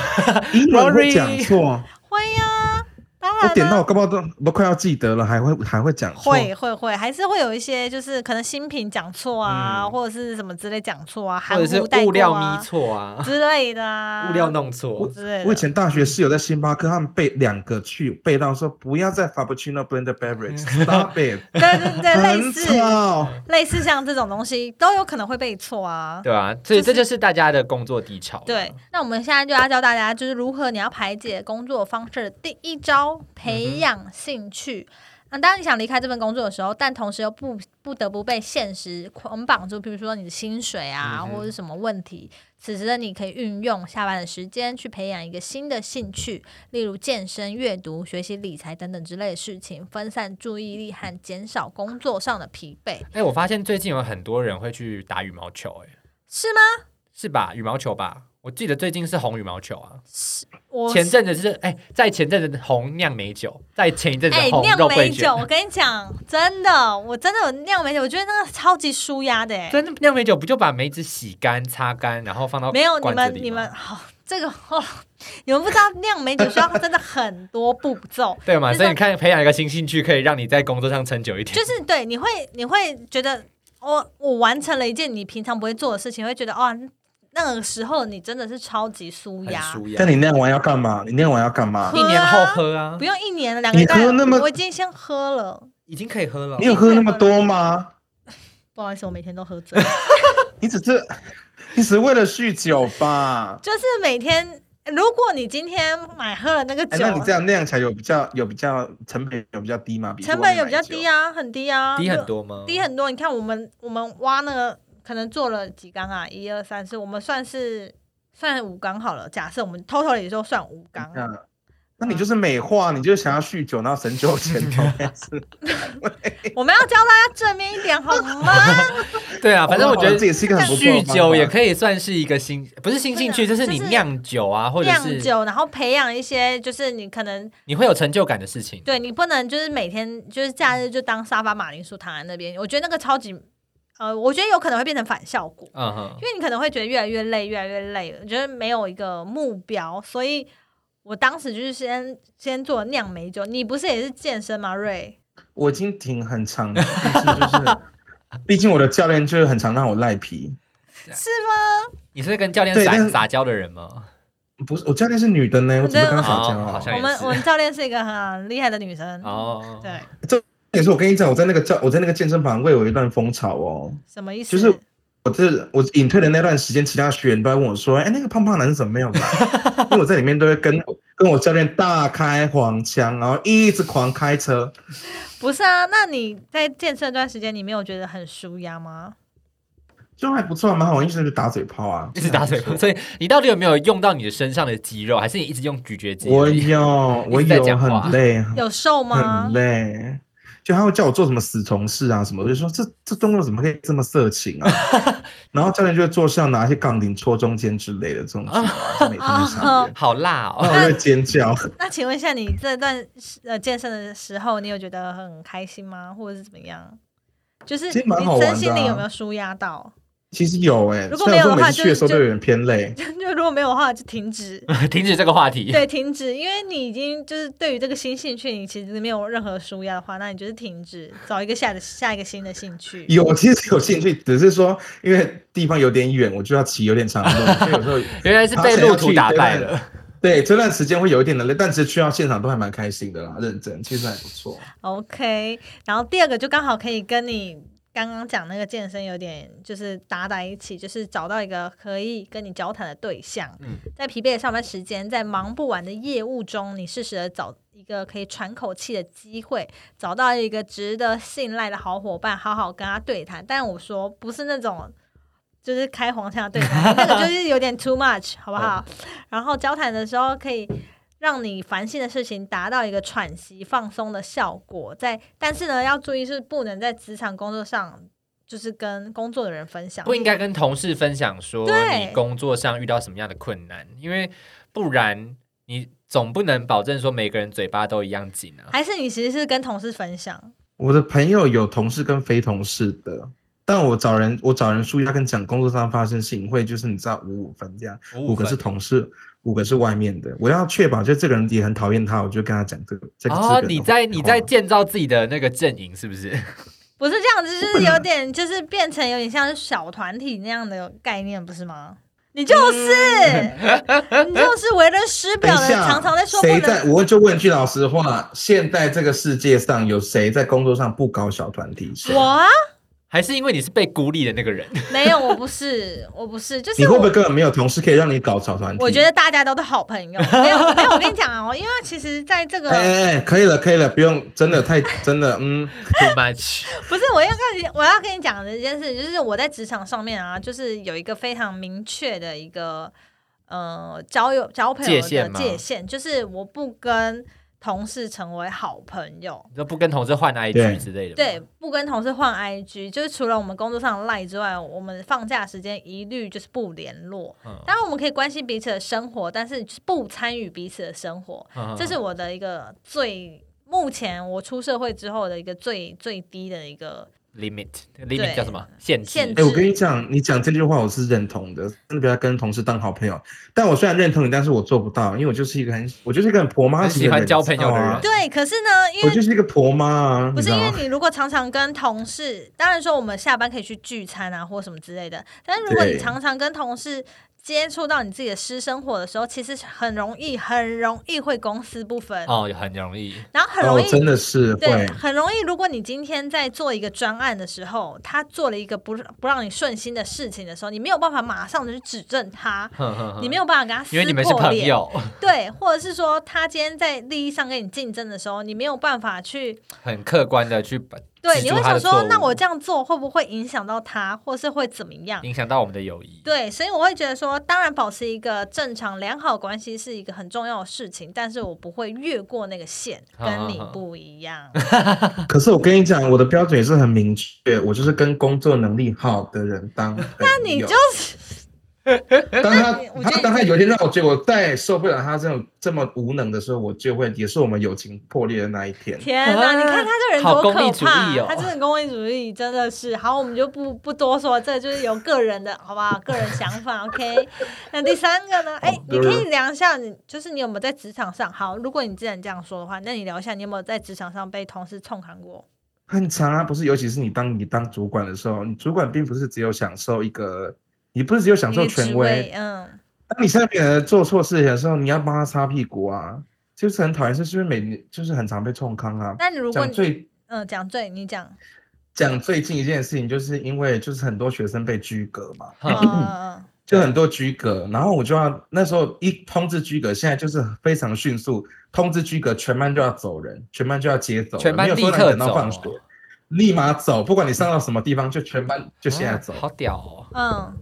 Speaker 3: 英文会讲错，
Speaker 1: 会呀，当
Speaker 3: 我点
Speaker 1: 然
Speaker 3: 到我
Speaker 1: 啦。
Speaker 3: 搞不好都都快要记得了，还会还会讲错。
Speaker 1: 会会会，还是会有一些就是可能新品讲错啊，
Speaker 2: 嗯
Speaker 1: 或者是什么之类讲错啊，含
Speaker 2: 或者是
Speaker 1: 糊带
Speaker 2: 物
Speaker 1: 过
Speaker 2: 料迷
Speaker 1: 啊
Speaker 2: 错啊，
Speaker 1: 之类的啊，
Speaker 2: 物料弄错。
Speaker 1: 之类的。
Speaker 3: 我以前大学室友在星巴克，他们背两个去背到说不要再 Frappuccino blend beverage，stop it，
Speaker 1: 对对对，类
Speaker 3: 很
Speaker 1: 似
Speaker 3: 吵。
Speaker 1: 类似像这种东西都有可能会被错啊。
Speaker 2: 对啊，所以这就是大家的工作低潮。
Speaker 1: 对，，那我们现在就要教大家，就是如何你要排解工作方式。第一招，培养兴趣。那当你想离开这份工作的时候，但同时又不不得不被现实捆绑住，比如说你的薪水啊，
Speaker 2: 嗯哼
Speaker 1: 或者是什么问题。此时的你可以运用下班的时间去培养一个新的兴趣，例如健身、阅读、学习理财等等之类的事情，分散注意力和减少工作上的疲惫，
Speaker 2: 哎、我发现最近有很多人会去打羽毛球、哎，
Speaker 1: 是吗？
Speaker 2: 是吧？羽毛球吧，我记得最近是红羽毛球啊，
Speaker 1: 我
Speaker 2: 前阵子是哎、在前阵子红酿美酒，在前一阵子
Speaker 1: 哎，
Speaker 2: 红
Speaker 1: 酿
Speaker 2: 肉
Speaker 1: 美
Speaker 2: 桂
Speaker 1: 酒，
Speaker 2: 卷，
Speaker 1: 我跟你讲，真的，我真的有酿美酒，我觉得那个超级舒压的、哎，
Speaker 2: 真的酿美酒不就把梅子洗干、擦干，然后放到
Speaker 1: 欸没有你
Speaker 2: 罐子
Speaker 1: 们
Speaker 2: 里
Speaker 1: 你
Speaker 2: 吗，
Speaker 1: 们好、这个 哦，你们不知道酿美酒需要真的很多步骤
Speaker 2: 对嘛？
Speaker 1: 就是
Speaker 2: 所以你看，培养一个新兴趣，可以让你在工作上撑久一点。
Speaker 1: 就是对，你会你会觉得哦，我完成了一件你平常不会做的事情，会觉得哦，那个时候你真的是超级舒
Speaker 2: 很
Speaker 1: 压。
Speaker 2: 舒压
Speaker 3: 但，你那完要干嘛？你那完要干嘛
Speaker 1: 喝？
Speaker 2: 一年后喝啊
Speaker 1: 不，用一年了，两个礼
Speaker 3: 你
Speaker 1: 拜
Speaker 3: 喝那么
Speaker 1: 了，我已经先喝了。
Speaker 2: 已经可以喝了
Speaker 3: 你。有喝那么多吗？
Speaker 1: 不好意思，我每天都喝醉，
Speaker 3: 你只是你只是为了酗酒吧？
Speaker 1: 就是每天如果你今天买喝了那个
Speaker 3: 哎，
Speaker 1: 酒，
Speaker 3: 那你这样酿起来有比较有比较成本有比较低吗？比
Speaker 1: 成本有比较低
Speaker 3: 啊。
Speaker 1: 啊，很低啊，
Speaker 2: 低
Speaker 1: 就
Speaker 2: 很多吗？
Speaker 1: 低很多。你看我们我们挖那个可能做了几缸啊，一二三四，我们算是算五缸好了。假设我们 total 也就算五缸，
Speaker 3: 嗯，那你就是美化，你就是想要酗酒，然后省 酒钱，是
Speaker 1: 我们要教大家正面一点好吗？
Speaker 2: 对啊，
Speaker 1: 哦
Speaker 2: 反正我觉得
Speaker 3: 哦这也是一个很不错的
Speaker 2: 酗酒也
Speaker 3: 以。
Speaker 2: 可以算是一个新，不是新兴趣，
Speaker 1: 对
Speaker 2: 就
Speaker 1: 啊
Speaker 2: 是你
Speaker 1: 就是
Speaker 2: 酿酒啊， 或者
Speaker 1: 酿
Speaker 2: 是
Speaker 1: 酒，然后培养一些，就是你可能
Speaker 2: 你会有成就感的事情。
Speaker 1: 对你不能就是每天就是假日就当沙发马铃薯躺在那边，我觉得那个超级，呃，我觉得有可能会变成反效果。
Speaker 2: 嗯哼
Speaker 1: 因，为你可能会觉得越来越累，越来越累，我觉得没有一个目标，所以我当时就是先先做酿美酒。你不是也是健身吗，瑞？
Speaker 3: 我已经挺很长了，但是就是， 毕竟我的教练就是很常让我赖皮。
Speaker 1: 是吗？
Speaker 2: 你是跟教练
Speaker 3: 对但
Speaker 2: 撒
Speaker 3: 是
Speaker 2: 撒娇的人吗？
Speaker 3: 不是，我教练是女的呢，我怎么跟她撒娇
Speaker 2: 哦好
Speaker 3: 啊
Speaker 2: 像？
Speaker 1: 我们
Speaker 2: 也是
Speaker 1: 我们教练是一个很厉害的女生，
Speaker 2: 哦，
Speaker 1: 嗯对，
Speaker 3: 也是我跟你讲，我在那个教我在那个健身房会有一段风潮哦。
Speaker 1: 什么意思？
Speaker 3: 就是我这我隐退的那段时间，其他学员都在问我说：“哎、那个胖胖男是怎么没有来？” 因为我在里面都会跟跟我教练大开黄腔，然后一直狂开车。
Speaker 1: 不是啊？那你在健身这段时间，你没有觉得很舒压吗？
Speaker 3: 就还不错，蛮好，一直就打嘴炮啊，
Speaker 2: 一直打嘴。巴。所以你到底有没有用到你的身上的肌肉，还是你一直用咀嚼肌而已？
Speaker 3: 我有，我
Speaker 2: 一直在
Speaker 3: 有，
Speaker 2: 讲话
Speaker 3: 很累，
Speaker 1: 有瘦吗
Speaker 3: 很？累。就他会叫我做什么死虫式啊什么，我就说这这动作怎么可以这么色情啊？ 然后教练就会坐上拿一些杠铃戳中间之类的这种事啊，就每天都 上演，
Speaker 2: 好辣哦！
Speaker 3: 然后我就会尖叫。
Speaker 1: 那请问一下，你这段时呃健身的时候，你有觉得很开心吗？或者是怎么样？就是
Speaker 3: 其实蛮好
Speaker 1: 你
Speaker 3: 玩的啊
Speaker 1: 身心里有没有舒压到？
Speaker 3: 其实有哎、欸，
Speaker 1: 如果
Speaker 3: 虽
Speaker 1: 没有
Speaker 3: 然
Speaker 1: 的
Speaker 3: 说每
Speaker 1: 话
Speaker 3: 次去的时候
Speaker 1: 就
Speaker 3: 都有点偏累，
Speaker 1: 就如果没有的话，就停止。
Speaker 2: 停止这个话题。
Speaker 1: 对，停止，因为你已经就是对于这个新兴趣，你其实没有任何舒压的话，那你就是停止，找一个下的下一个新的兴趣。
Speaker 3: 有其实有兴趣，只是说因为地方有点远，我就要骑有点长的路，所以 有时候
Speaker 2: 原来是被路途打败了。
Speaker 3: 对这段时间会有一点的累，但其实去到现场都还蛮开心的啦，认真，其实还不错。
Speaker 1: OK，然后第二个就刚好可以跟你刚刚讲那个健身有点就是搭在一起，就是找到一个可以跟你交谈的对象。
Speaker 2: 嗯
Speaker 1: 在疲惫的上班时间，在忙不完的业务中，你适时的找一个可以喘口气的机会，找到一个值得信赖的好伙伴，好好跟他对谈。但我说不是那种。就是开黄腔的对谈，那个就是有点 too much，好不好？
Speaker 2: 嗯
Speaker 1: 然后交谈的时候可以让你烦心的事情达到一个喘息、放松的效果。在但是呢，要注意是不能在职场工作上，就是跟工作的人分享，
Speaker 2: 不应该跟同事分享说
Speaker 1: 对
Speaker 2: 你工作上遇到什么样的困难，因为不然你总不能保证说每个人嘴巴都一样紧啊。
Speaker 1: 还是你其实是跟同事分享，
Speaker 3: 我的朋友有同事跟非同事的，但我找人我找人舒压跟讲工作上发生事情，会就是你知道五五分这样，
Speaker 2: 五
Speaker 3: 五个是同事，五个是外面的，我要确保就这个人也很讨厌他，我就跟他讲这个这个这
Speaker 2: 哦
Speaker 3: 个，人
Speaker 2: 你
Speaker 3: 的
Speaker 2: 在
Speaker 3: 话
Speaker 2: 你在建造自己的那个阵营是不是？
Speaker 1: 不是这样子，就是有点就是变成有点像是小团体那样的概念，不是吗？你就是， 你就是为人师
Speaker 3: 嗯等
Speaker 1: 表的，
Speaker 3: 一下，
Speaker 1: 常常在说不
Speaker 3: 谁在？
Speaker 1: 能。
Speaker 3: 我就问句老实话，现在这个世界上有谁在工作上不搞小团体？谁
Speaker 1: 我啊，
Speaker 2: 还是因为你是被孤立的那个 人？
Speaker 1: 没有，我不是，我不是，就
Speaker 3: 你
Speaker 1: 是
Speaker 3: 会
Speaker 1: 我
Speaker 3: 不会根本没有同事可以让你搞小团体？
Speaker 1: 我觉得大家都是好朋友。没有，没有，我跟你讲哦，因为其实在这个
Speaker 3: 哎，哎哎，可以了，可以了，不用，真的太真的， 嗯，
Speaker 2: Too much，
Speaker 1: 不是，我要跟你，我要跟你讲的一件事，就是我在职场上面啊，就是有一个非常明确的一个呃交友交朋友
Speaker 2: 界
Speaker 1: 的
Speaker 2: 限吗
Speaker 1: 界限，就是我不跟同事成为好朋友。
Speaker 2: 你都不跟同事换
Speaker 3: 对
Speaker 2: IG 之类的。
Speaker 1: 对，，不跟同事换 IG，就是除了我们工作上的赖之外，我们放假时间一律就是不联络。
Speaker 2: 嗯
Speaker 1: 当然，我们可以关心彼此的生活，但是就是不参与彼此的生活。
Speaker 2: 嗯
Speaker 1: 这是我的一个最目前我出社会之后的一个最最低的一个
Speaker 2: limit，limit
Speaker 1: 对
Speaker 2: 叫什么？限制。
Speaker 1: 限
Speaker 3: 哎、
Speaker 1: 制
Speaker 3: 我跟你讲，你讲这句话我是认同的，真的不要跟同事当好朋友。但我虽然认同你，但是我做不到，因为我就是一个很，我就是一个很婆妈
Speaker 2: 很
Speaker 3: 型
Speaker 2: 喜
Speaker 3: 的
Speaker 2: 欢
Speaker 3: 人
Speaker 2: 交朋友的人
Speaker 3: 你知道吗
Speaker 1: 对。可是呢，因
Speaker 3: 我
Speaker 1: 为
Speaker 3: 就是一个婆妈啊，
Speaker 1: 不是因
Speaker 3: 你知
Speaker 1: 为
Speaker 3: 道吗
Speaker 1: 你如果常常跟同事，当然说我们下班可以去聚餐啊或什么之类的，但是如果你
Speaker 3: 对
Speaker 1: 常常跟同事接触到你自己的私生活的时候，其实很容易，很容易会公私不分，
Speaker 3: 哎
Speaker 2: 哦，很容易，
Speaker 1: 然后很容
Speaker 3: 哦，
Speaker 1: 易
Speaker 3: 真的是
Speaker 1: 对，
Speaker 3: 会。
Speaker 1: 很容易。如果你今天在做一个专案的时候，他做了一个不不让你顺心的事情的时候，你没有办法马上的去指正他，
Speaker 2: 哼哼哼
Speaker 3: 嗯
Speaker 1: 你没有办法跟他撕
Speaker 2: 因为你们是
Speaker 1: 破
Speaker 2: 朋
Speaker 1: 脸，
Speaker 2: 友，
Speaker 1: 对，或者是说他今天在利益上跟你竞争的时候，你没有办法去
Speaker 2: 很客观的去把
Speaker 1: 对，
Speaker 2: 指
Speaker 1: 你
Speaker 2: 出
Speaker 1: 会
Speaker 2: 他
Speaker 1: 想
Speaker 2: 的
Speaker 1: 说
Speaker 2: 错，误
Speaker 1: 那我这样做会不会影响到他，或是会怎么样？
Speaker 2: 影响到我们的友谊。
Speaker 1: 对，所以我会觉得说，当然保持一个正常良好关系是一个很重要的事情，但是我不会越过那个线，跟你不一样。
Speaker 3: 可是我跟你讲，我的标准也是很明确，我就是跟工作能力好的人当朋友。那
Speaker 1: 你就是
Speaker 3: 当他
Speaker 1: 那你我觉得
Speaker 3: 他
Speaker 1: 你
Speaker 3: 当他有一天让我觉得我再也受不了他这种这么无能的时候，我就会也是我们友情破裂的那一天。
Speaker 1: 天哪！你看他这人多可
Speaker 2: 好功利主
Speaker 1: 怕，
Speaker 2: 义哦
Speaker 1: 他真的功利主义真的是。好，我们就不不多说，这就是有个人的好不好？个人想法，OK。那第三个呢？哎、你可以聊一下，你就是你有没有在职场上？好，如果你既然这样说的话，那你聊一下，你有没有在职场上被同事冲砍过？
Speaker 3: 很长啊，不是，尤其是你当你当主管的时候，你主管并不是只有享受一个，你不是只有享
Speaker 1: 你
Speaker 3: 受
Speaker 1: 的
Speaker 3: 权
Speaker 1: 职
Speaker 3: 威
Speaker 1: 位，，嗯，
Speaker 3: 当你下面人做错事情的时候，你要帮他擦屁股啊，就是很讨厌，是是不是每就是很常被冲康啊？
Speaker 1: 那你如果
Speaker 3: 讲
Speaker 1: 你
Speaker 3: 最
Speaker 1: 嗯讲最，你讲，
Speaker 3: 讲最近一件事情，就是因为就是很多学生被拘格嘛，
Speaker 1: 嗯
Speaker 2: 哼
Speaker 1: 嗯嗯。
Speaker 3: 就很多居格，然后我就要那时候一通知居格，现在就是非常迅速，通知居格，全班就要走人，全班就要接走了，
Speaker 2: 全班
Speaker 3: 没有说让
Speaker 2: 立刻
Speaker 3: 你等到放学
Speaker 2: 走，哦
Speaker 3: 立马走，不管你上到什么地方，就全班就现在走，
Speaker 2: 好屌哦！
Speaker 1: 嗯，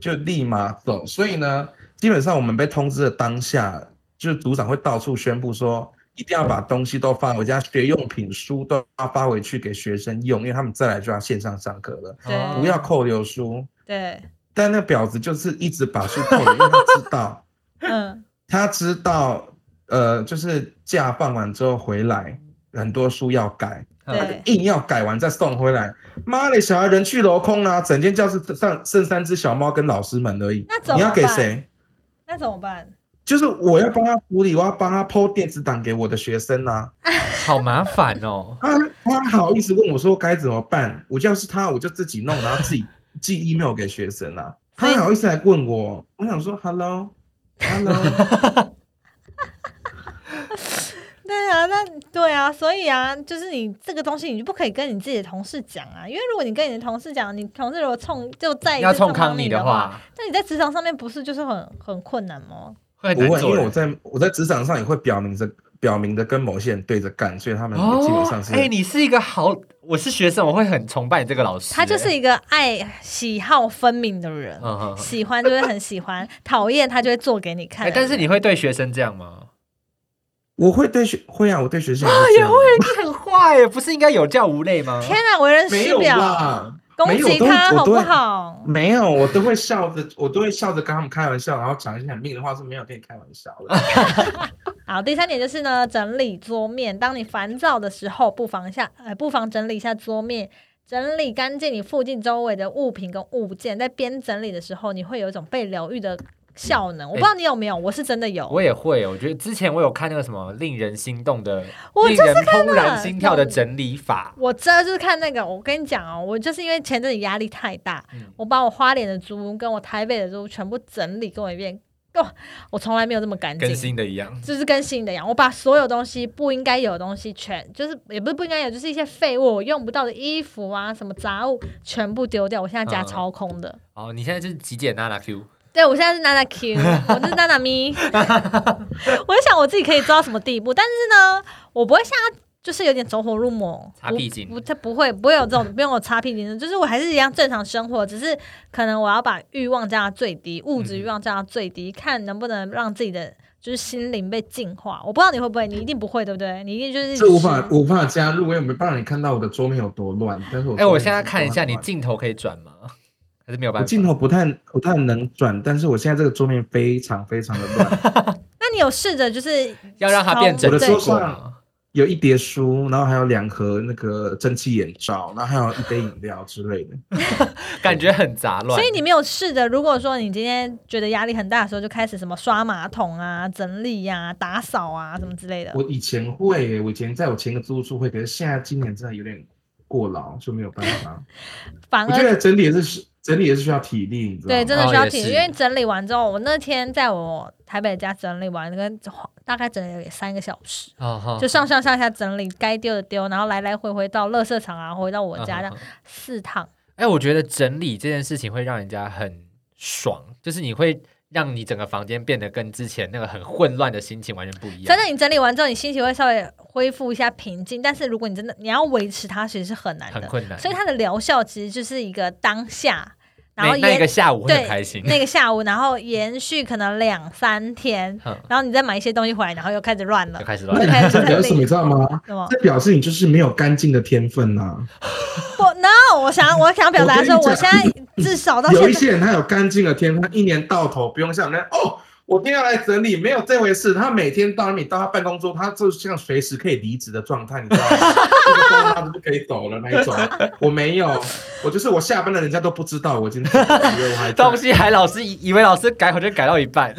Speaker 3: 就立马走。所以呢，基本上我们被通知的当下，就是组长会到处宣布说，一定要把东西都发回家，学用品、书都要发回去给学生用，因为他们再来就要线上上课了，
Speaker 1: 对
Speaker 2: 哦
Speaker 3: 不要扣留书。
Speaker 1: 对，
Speaker 3: 但那婊子就是一直把书扣留，因为他知道。
Speaker 1: 嗯，
Speaker 3: 他知道，呃，就是假放完之后回来，很多书要改，
Speaker 2: 嗯
Speaker 1: 对，
Speaker 3: 硬要改完再送回来。妈嘞，小孩人去楼空啦、整间教室上剩三只小猫跟老师们而已
Speaker 1: 那怎。么
Speaker 3: 你要给
Speaker 1: 办
Speaker 3: 谁？
Speaker 1: 那怎么办？
Speaker 3: 就是我要帮他处理，我要帮他剖电子档给我的学生呐、。
Speaker 2: 好麻烦哦
Speaker 3: 他他好意思问我说该怎么办？我就要是他，我就自己弄，然后自己 寄 email 给学生啊。
Speaker 1: 所以
Speaker 3: 他好意思来问我，我想说 hello，hello，
Speaker 1: 对啊，那对啊，所以啊，就是你这个东西，你就不可以跟你自己的同事讲啊，因为如果你跟你的同事讲，你同事如果冲就再一
Speaker 2: 要
Speaker 1: 次
Speaker 2: 冲
Speaker 1: 康
Speaker 2: 康你
Speaker 1: 的
Speaker 2: 的，话，
Speaker 1: 那你在职场上面不是就是很很困难吗？
Speaker 2: 会很
Speaker 3: 不
Speaker 2: 难
Speaker 3: 会，因
Speaker 2: 做
Speaker 3: 为我
Speaker 2: 人。
Speaker 3: 在我在职场上也会表明着表明着跟某些人对着干，所以他们基本上是、
Speaker 2: 哎，你是一个好，我是学生，我会很崇拜你这个老师。
Speaker 1: 他就是
Speaker 2: 哎，
Speaker 1: 一个爱喜好分明的人，
Speaker 2: 嗯哼 哼
Speaker 1: 喜欢就会很喜欢， 讨厌他就会做给你看
Speaker 2: 哎，
Speaker 1: 的人。
Speaker 2: 但是你会对学生这样吗？
Speaker 3: 我会对学会啊，我对学生也会这
Speaker 2: 也
Speaker 3: 样
Speaker 2: 会，你很坏耶，不是应该有教无类吗？
Speaker 1: 天啊，为人
Speaker 3: 没
Speaker 1: 师
Speaker 3: 有
Speaker 1: 表，
Speaker 3: 啦，
Speaker 1: 攻
Speaker 3: 没有
Speaker 1: 击
Speaker 3: 都
Speaker 1: 他好
Speaker 3: 我都
Speaker 1: 不
Speaker 3: 会
Speaker 1: 好？
Speaker 3: 没有，我都会笑着，我都会笑着跟他们开玩笑，然后讲一些很命的话，是没有跟你开玩笑的。
Speaker 2: 啊
Speaker 1: 好，第三点就是呢，整理桌面。当你烦躁的时候，不妨一下，呃，不妨整理一下桌面，整理干净你附近周围的物品跟物件。在边整理的时候，你会有一种被疗愈的效能。我不知道你有没有，我是真的有。
Speaker 2: 哎我也会，我觉得之前我有看那个什么令人心动的、
Speaker 1: 我
Speaker 2: 令
Speaker 1: 就是
Speaker 2: 人
Speaker 1: 看
Speaker 2: 怦然
Speaker 1: 了
Speaker 2: 心跳的整理法，
Speaker 1: 我真的就是看那个，我跟你讲哦，我就是因为前阵子压力太大，
Speaker 2: 嗯
Speaker 1: 我把我花莲的租屋跟我台北的租屋全部整理跟我一遍。哦，我从来没有这么干净
Speaker 2: 跟。新的一样。
Speaker 1: 就是跟新的一样，我把所有东西不应该有的东西全，就是也不是不应该有，就是一些废物，我用不到的衣服啊，什么杂物全部丢掉。我现在家
Speaker 2: 嗯
Speaker 1: 超空的，
Speaker 2: 哦，你现在就是极简娜娜 Q，
Speaker 1: 对我现在是娜娜 Q，我是娜娜咪。 我就想我自己可以做到什么地步，但是呢，我不会像他就是有点走火入魔，
Speaker 2: 擦屁精
Speaker 1: 不，他不会不会有这种不用我擦屁精，就是我还是一样正常生活，只是可能我要把欲望降到最低，物
Speaker 2: 嗯
Speaker 1: 质欲望降到最低，看能不能让自己的就是心灵被净化。我不知道你会不会，你一定不会，对不对？你一定就是
Speaker 3: 这无
Speaker 2: 啊
Speaker 3: 法
Speaker 1: 吃
Speaker 3: 无法加入，我也没办法你看到我的桌面有多乱。但是我
Speaker 2: 哎、
Speaker 3: 桌面
Speaker 2: 我现在
Speaker 3: 是
Speaker 2: 看一下，
Speaker 3: 多
Speaker 2: 你
Speaker 3: 乱
Speaker 2: 镜头可以转吗？还是没有办
Speaker 3: 我
Speaker 2: 法？
Speaker 3: 镜头不太不太能转，但是我现在这个桌面非常非常的乱，
Speaker 1: 那你有试着就是
Speaker 2: 要让它变
Speaker 1: 从
Speaker 2: 整
Speaker 3: 我
Speaker 2: 齐
Speaker 3: 的桌
Speaker 2: 过
Speaker 3: 上啊
Speaker 2: 吗？
Speaker 3: 有一叠书，然后还有两盒那个蒸汽眼罩，然后还有一杯饮料之类的。
Speaker 2: 感觉很杂乱。
Speaker 1: 所以你没有试着，如果说你今天觉得压力很大的时候，就开始什么刷马桶啊、整理呀、打扫啊什么之类的。
Speaker 3: 我以前会耶、我以前在我前一个租屋处 会，可是现在今年真的有点过劳，就没有办法。
Speaker 1: 反
Speaker 3: 我觉
Speaker 1: 而
Speaker 3: 得整体也是整理也是需要体力，你知道吗
Speaker 1: 对，真的需
Speaker 2: 哦
Speaker 1: 要
Speaker 2: 也
Speaker 1: 挺，
Speaker 2: 是
Speaker 1: 因为整理完之后，我那天在我台北家整理完，跟大概整理了三个小时，
Speaker 2: 哦哈
Speaker 1: 就上上下下整理，该丢的丢，然后来来回回到垃圾场啊，回到我
Speaker 2: 嗯
Speaker 1: 家这样四趟。
Speaker 2: 哎，我觉得整理这件事情会让人家很爽，就是你会让你整个房间变得跟之前那个很混乱的心情完全不一样。
Speaker 1: 真的，你整理完之后，你心情会稍微恢复一下平静，但是如果你真的你要维持它，其实是很难
Speaker 2: 很
Speaker 1: 的。
Speaker 2: 困难，
Speaker 1: 所以它的疗效其实就是一个当下，然后
Speaker 2: 那那一
Speaker 1: 延
Speaker 2: 个下午会很
Speaker 1: 对
Speaker 2: 开心。
Speaker 1: 那个下午，然后延续可能两三天，
Speaker 2: 哼
Speaker 1: 然后你再买一些东西回来，然后又开始乱了
Speaker 2: 就。开始
Speaker 1: 我
Speaker 2: 乱
Speaker 1: 就
Speaker 2: 了。
Speaker 1: 开始
Speaker 3: 这
Speaker 1: 整
Speaker 3: 表示什么，你
Speaker 1: 理
Speaker 3: 知道吗？
Speaker 1: 什 么？
Speaker 3: 这表示你就是没有干净的天分呐、
Speaker 1: 不，no！我想我想表达说，
Speaker 3: 我跟
Speaker 1: 我
Speaker 3: 你
Speaker 1: 现
Speaker 3: 讲
Speaker 1: 在至少到
Speaker 3: 有
Speaker 1: 现
Speaker 3: 一
Speaker 1: 在，
Speaker 3: 些人他有干净的天分，他一年到头不用像人家哦，我今天要来整理，没有这回事。他每天到你到他办公桌，他就像随时可以离职的状态，你知道吗？ 这个他就可以走了那一种。我没有，我就是我下班了，人家都不知道我今天因 为我还在
Speaker 2: 东西还老师以以为老师改，我就改到一半，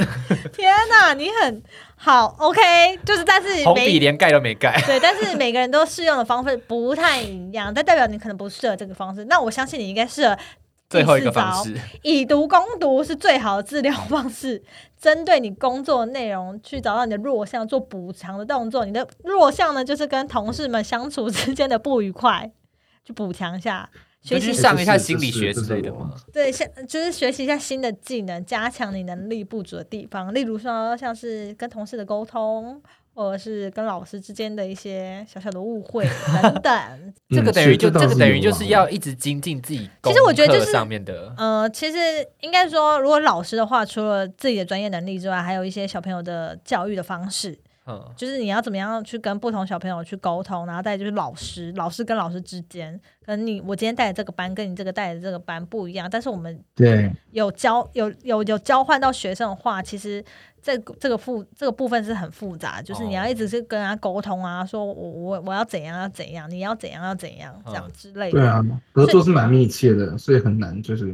Speaker 1: 天哪，你很好，OK，就是但是
Speaker 2: 红笔
Speaker 1: 每
Speaker 2: 连盖都没盖。
Speaker 1: 对，但是每个人都适用的方式不太一样，但代表你可能不适合这个方式。那我相信你应该适合第
Speaker 2: 最后一个
Speaker 1: 四招
Speaker 2: 方式，
Speaker 1: 以毒攻毒是最好的治疗方式， 针对你工作内容去找到你的弱项，做补强的动作。你的弱项呢，就是跟同事们相处之间的不愉快， 去补强一下，学
Speaker 2: 就
Speaker 1: 习
Speaker 2: 去
Speaker 3: 是
Speaker 2: 上一下
Speaker 3: 是是
Speaker 2: 心理
Speaker 3: 是
Speaker 2: 学
Speaker 3: 哎这
Speaker 2: 之
Speaker 3: 是
Speaker 2: 类的
Speaker 3: 我
Speaker 2: 嘛。
Speaker 1: 对，像就是学习一下新的技能，加强你能力不足的地方，例如说像是跟同事的沟通，或者是跟老师之间的一些小小的误会 等等。
Speaker 2: 这个
Speaker 3: 嗯
Speaker 2: 等
Speaker 3: 是
Speaker 2: 于就
Speaker 3: 这倒
Speaker 2: 这个
Speaker 3: 是
Speaker 2: 等
Speaker 3: 有
Speaker 2: 于就
Speaker 3: 啦
Speaker 2: 是啊要一直精进自己。
Speaker 1: 其实我觉得就是
Speaker 2: 上面的，
Speaker 1: 呃，其实应该说，如果老师的话，除了自己的专业能力之外，还有一些小朋友的教育的方式，
Speaker 2: 嗯，
Speaker 1: 就是你要怎么样去跟不同小朋友去沟通，然后再就是老师，老师跟老师之间，可能你我今天带的这个班跟你这个带的这个班不一样，但是我们
Speaker 3: 对，
Speaker 1: 有交有有有交换到学生的话，其实这个这个复这个部分是很复杂，就是你要一直是跟他沟通啊，说我我我要怎样要怎样，你要怎样要怎样这样
Speaker 2: 嗯
Speaker 1: 之类的。
Speaker 3: 对啊，合作是蛮密切的，所以很难就是。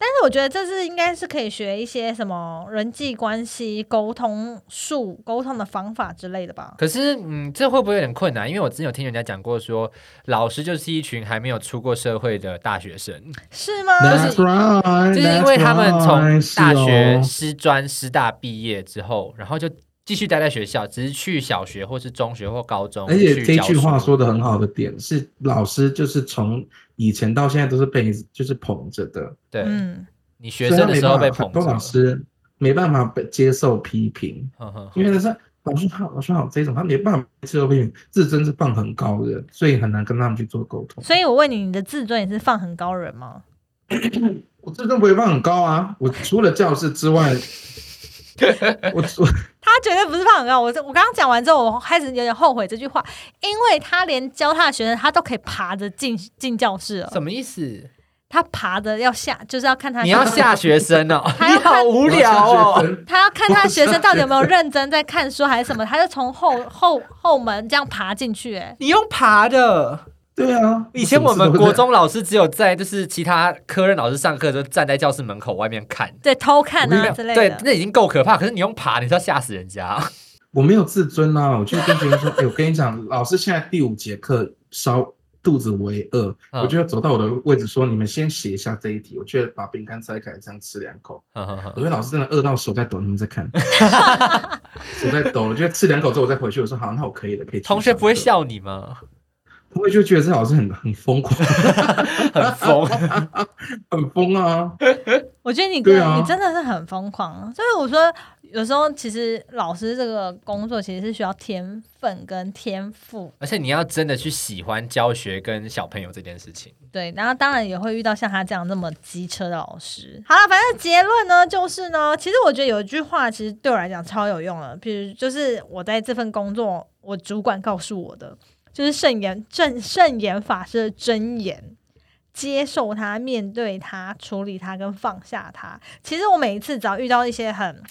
Speaker 1: 但是我觉得这是应该是可以学一些什么人际关系、沟通术、沟通的方法之类的吧。
Speaker 2: 可是嗯，这会不会有点困难？因为我之前有听人家讲过说，老师就是一群还没有出过社会的大学生，
Speaker 1: 是吗？
Speaker 3: That's right，
Speaker 2: 就是因为他们从
Speaker 3: that's right，
Speaker 2: 大学、
Speaker 3: 是哦
Speaker 2: 师专、师大毕业之后，然后就继续待在学校，只是去小学或是中学或高中
Speaker 3: 而且
Speaker 2: 去
Speaker 3: 这
Speaker 2: 教
Speaker 3: 句
Speaker 2: 书。
Speaker 3: 话说的很好的点是，老师就是从以前到现在都是被就是捧着的，
Speaker 2: 对
Speaker 1: 嗯，
Speaker 2: 你学
Speaker 3: 所以
Speaker 2: 生
Speaker 3: 他
Speaker 2: 的
Speaker 3: 没
Speaker 2: 时候
Speaker 3: 办
Speaker 2: 被
Speaker 3: 法
Speaker 2: 捧
Speaker 3: 很多
Speaker 2: 着
Speaker 3: 老，师没办法被接受批评，
Speaker 2: 哼哼
Speaker 3: 因
Speaker 1: 嗯
Speaker 2: 哼
Speaker 3: 为他说老师好，老师好这种，他没办法接受批评，自尊是放很高的，所以很难跟他们去做沟通。
Speaker 1: 所以我问你，你的自尊也是放很高人吗？
Speaker 3: 我自尊不会放很高啊，我除了教室之外，我我
Speaker 1: 他绝对不是放很高。我这我刚刚讲完之后，我开始有点后悔这句话，因为他连教他的学生，他都可以爬着进进教室了。
Speaker 2: 什么 意思？
Speaker 1: 他爬着要下，就是要看他
Speaker 2: 你要下学 生哦，
Speaker 1: 还
Speaker 2: 你
Speaker 1: 要
Speaker 2: 好
Speaker 1: 看
Speaker 2: 无聊
Speaker 3: 我
Speaker 2: 哦
Speaker 3: 是。学生
Speaker 1: 他要看他的学生到底有没有认真在看书还是什么，他就从后 后后门这样爬进去、欸。
Speaker 2: 你用爬的，
Speaker 3: 对啊，
Speaker 2: 以前我们国
Speaker 3: 国
Speaker 2: 中老师只有在就是其他科任老师上课的时候站在教室门口外面看，
Speaker 1: 对，偷看
Speaker 2: 没
Speaker 1: 啊
Speaker 2: 有
Speaker 1: 之类
Speaker 2: 对，
Speaker 1: 的。
Speaker 2: 那已经够可怕。可是你用爬，你是要吓死人家。啊
Speaker 3: 我没有自尊啦、我就跟学生说，哎、我跟你讲，老师现在第五节课稍肚子为饿，
Speaker 2: 嗯
Speaker 3: 我就走到我的位置说，你们先写一下这一题，我就把饼干拆开这样吃两口。我觉得老师真的饿到手在抖，你们 在看，手在抖，我觉得吃两口之后我再回去，我说好，那我可以了，可以。
Speaker 2: 同学不会，笑你吗？
Speaker 3: 同学就觉得这老师很很疯狂，
Speaker 2: 很疯，
Speaker 3: 很疯啊。
Speaker 1: 我觉得你
Speaker 3: 对
Speaker 1: 跟、
Speaker 3: 啊
Speaker 1: 你真的是很疯狂，啊所以我说有时候其实老师这个工作其实是需要天分跟天赋，
Speaker 2: 而且你要真的去喜欢教学跟小朋友这件 事情。
Speaker 1: 对，然后当然也会遇到像他这样那么机车的老师。好了，反正结论呢就是呢，其实我觉得有一句话其实对我来讲超有用了，比如就是我在这份工作，我主管告诉我的，就是圣言正圣言法师的真言。接受它，面对它，处理它，跟放下它。其实我每一次只要遇到一些很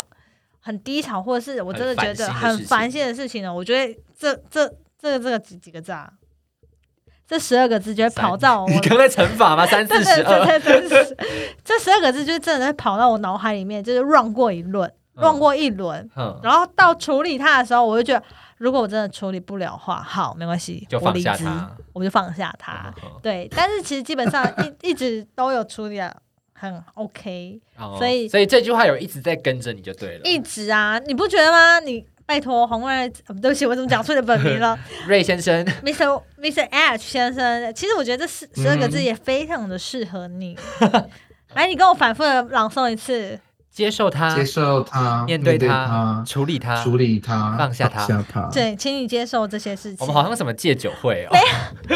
Speaker 1: 很低潮，或者是我真的觉得
Speaker 2: 很烦
Speaker 1: 很
Speaker 2: 心的事情
Speaker 1: 烦心的事情呢，我觉得这这这这个几几个字啊，这十二个字就会跑到我
Speaker 2: 你刚才乘法吗？ 三
Speaker 1: 真
Speaker 2: 四
Speaker 1: 的
Speaker 2: 十二，
Speaker 1: 真的真的是，这十二个字就是真的会跑到我脑海里面，就是 run 过一轮
Speaker 2: 嗯
Speaker 1: ，run 过一轮，
Speaker 2: 嗯，
Speaker 1: 然后到处理它的时候，我就觉得，如果我真的处理不了的话，好，没关系，
Speaker 2: 就
Speaker 1: 我
Speaker 2: 放
Speaker 1: 离
Speaker 2: 下
Speaker 1: 职，
Speaker 2: 它。嗯
Speaker 1: 我就放下它。对，但是其实基本上一一直都有处理了很 OK，
Speaker 2: 哦
Speaker 1: 所以
Speaker 2: 所以这句话有一直在跟着你就对了。
Speaker 1: 一直啊，你不觉得吗？你拜托红外、呃对不起，我怎么讲出你的本名了
Speaker 2: 瑞先生，
Speaker 1: ？Mr. Mr. H 先生，其实我觉得这四
Speaker 2: 嗯
Speaker 1: 十二个字也非常的适合你。 来，你跟我反复的朗诵一次。
Speaker 2: 接受他，
Speaker 3: 接受它，
Speaker 2: 啊面
Speaker 3: 对
Speaker 2: 他
Speaker 3: 它，，
Speaker 2: 处理他，
Speaker 3: 处理它，
Speaker 2: 放下它
Speaker 3: 放下它。
Speaker 1: 对，请你接受这些事
Speaker 2: 我
Speaker 1: 情。
Speaker 2: 们好像什么戒酒会哦，
Speaker 1: 没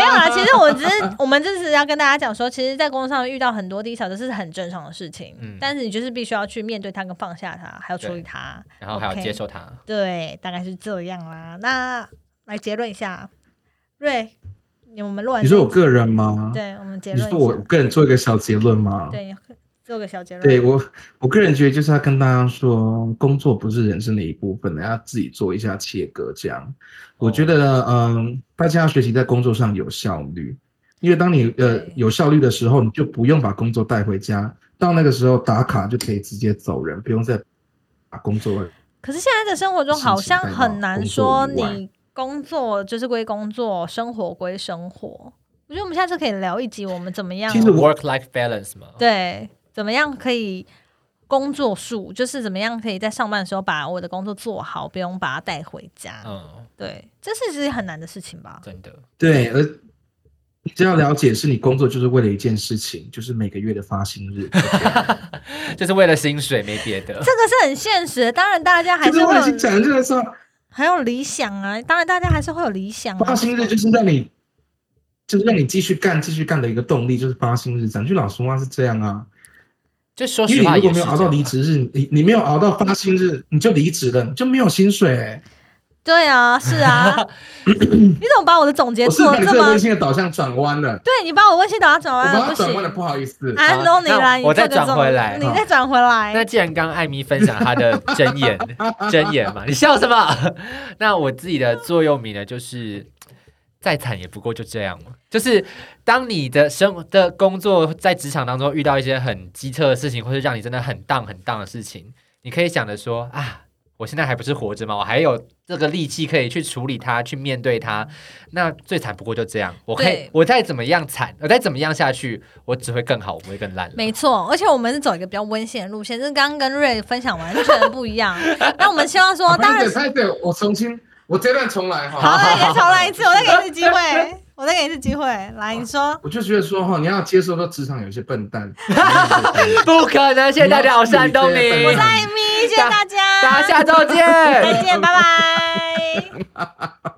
Speaker 1: 有啦，其实我只是 我们只是要跟大家讲说，其实，在工作上遇到很多低潮，这是很正常的事情。
Speaker 2: 嗯
Speaker 1: 但是你就是必须要去面对它，跟放下它，还有处理
Speaker 2: 对
Speaker 1: 它。
Speaker 2: 然后还有
Speaker 1: OK
Speaker 2: 接受他。
Speaker 1: 对，大概是这样啦。那来结论一下，瑞，你我们录完
Speaker 3: 你
Speaker 1: 这
Speaker 3: 说
Speaker 1: 一
Speaker 3: 我
Speaker 1: 集
Speaker 3: 个人吗？
Speaker 1: 对，我们结
Speaker 3: 你
Speaker 1: 论一
Speaker 3: 说我
Speaker 1: 下
Speaker 3: 个人做一个小结论吗？
Speaker 1: 对，做个小结论。
Speaker 3: 对我，我个人觉得就是要跟大家说，工作不是人生的一部分，要自己做一下切割。这样，我觉得，
Speaker 1: 哦
Speaker 3: 嗯，大家要学习在工作上有效率，因为当你呃
Speaker 1: 对
Speaker 3: 有效率的时候，你就不用把工作带回家，到那个时候打卡就可以直接走人，不用再把工作
Speaker 1: 可是现在的生活中好像很难说
Speaker 3: 心情太忙
Speaker 1: 你工作就是归工作，生活归生活。我觉得我们下次可以聊一集，我们怎么样
Speaker 3: 其实我
Speaker 2: work life balance 嘛，
Speaker 1: 对怎么样可以工作数，就是怎么样可以在上班的时候把我的工作做好，不用把它带回家。
Speaker 3: 哦
Speaker 2: 嗯，
Speaker 1: 对，这是其实很难的事情吧？
Speaker 2: 真的，
Speaker 3: 对，而你只要了解是你工作就是为了一件事情，就是每个月的发薪 日，
Speaker 2: 就是为了薪水没别的
Speaker 1: 这。个是很现实的，当然大家还
Speaker 3: 就是是
Speaker 1: 会
Speaker 3: 为了
Speaker 1: 有
Speaker 3: 去讲这个时候，
Speaker 1: 还有理想啊，当然大家还是会有理想、啊
Speaker 3: 发。薪日就是让你，就是让你继续干、继续干的一个动力，就是发薪日。讲句老实话是这样啊，
Speaker 2: 就说
Speaker 3: 因
Speaker 2: 实
Speaker 3: 为你
Speaker 2: 话，
Speaker 3: 如果没有熬
Speaker 1: 啊
Speaker 3: 到离，职日，你你没有熬到发薪日，你就离职了，你就没有薪水、欸。
Speaker 1: 对啊，是 啊，你怎么把我的总结
Speaker 3: 我是
Speaker 1: 做
Speaker 3: 把
Speaker 1: 的
Speaker 3: 你
Speaker 1: 这
Speaker 3: 这个
Speaker 1: 么
Speaker 3: 温？馨的导向转弯了，
Speaker 1: 对你把我温馨导向转
Speaker 3: 我
Speaker 1: 弯
Speaker 3: 把
Speaker 1: 了，
Speaker 3: 它
Speaker 1: 不行啊
Speaker 3: 转弯了，不好意思。
Speaker 1: 安东尼
Speaker 2: 好
Speaker 1: 啦，
Speaker 2: 那
Speaker 1: 你
Speaker 2: 我
Speaker 1: 这
Speaker 2: 再
Speaker 1: 个
Speaker 2: 转
Speaker 1: 总
Speaker 2: 回来
Speaker 1: 你再转回
Speaker 2: 那
Speaker 1: 来。
Speaker 2: 既然刚刚艾米分享她的箴言，箴言嘛，你笑什么？ 那我自己的座右铭呢，就是再惨也不过就这样嘛。就是当你的生的工作在职场当中遇到一些很机车的事情，或是让你真的很荡很荡的事情，你可以想着说啊，我现在还不是活着吗？我还有这个力气可以去处理它，去面对它。那最惨不过就这样，我可以
Speaker 1: 对，
Speaker 2: 我再怎么样惨，我再怎么样下去，我只会更好，我不会更烂了。
Speaker 1: 没错，而且我们是走一个比较温馨的路线，这刚刚跟瑞分享完全不一 样。那我们希望说，当
Speaker 3: 啊拍
Speaker 1: 然
Speaker 3: 对
Speaker 1: 是
Speaker 3: 拍对，我重新，我这段重来
Speaker 1: 好，
Speaker 3: 哈。
Speaker 1: 那你再重来一次，我再给你一次机会，我再给你一次机会。来，你 说，
Speaker 3: 我就觉得说哈，你要接受说职场有一些 笨蛋，
Speaker 2: 不可能！谢谢大家，我是安东尼，
Speaker 3: 我是
Speaker 1: 艾米，谢谢大家，
Speaker 2: 大家下周见，
Speaker 1: 再见，拜拜。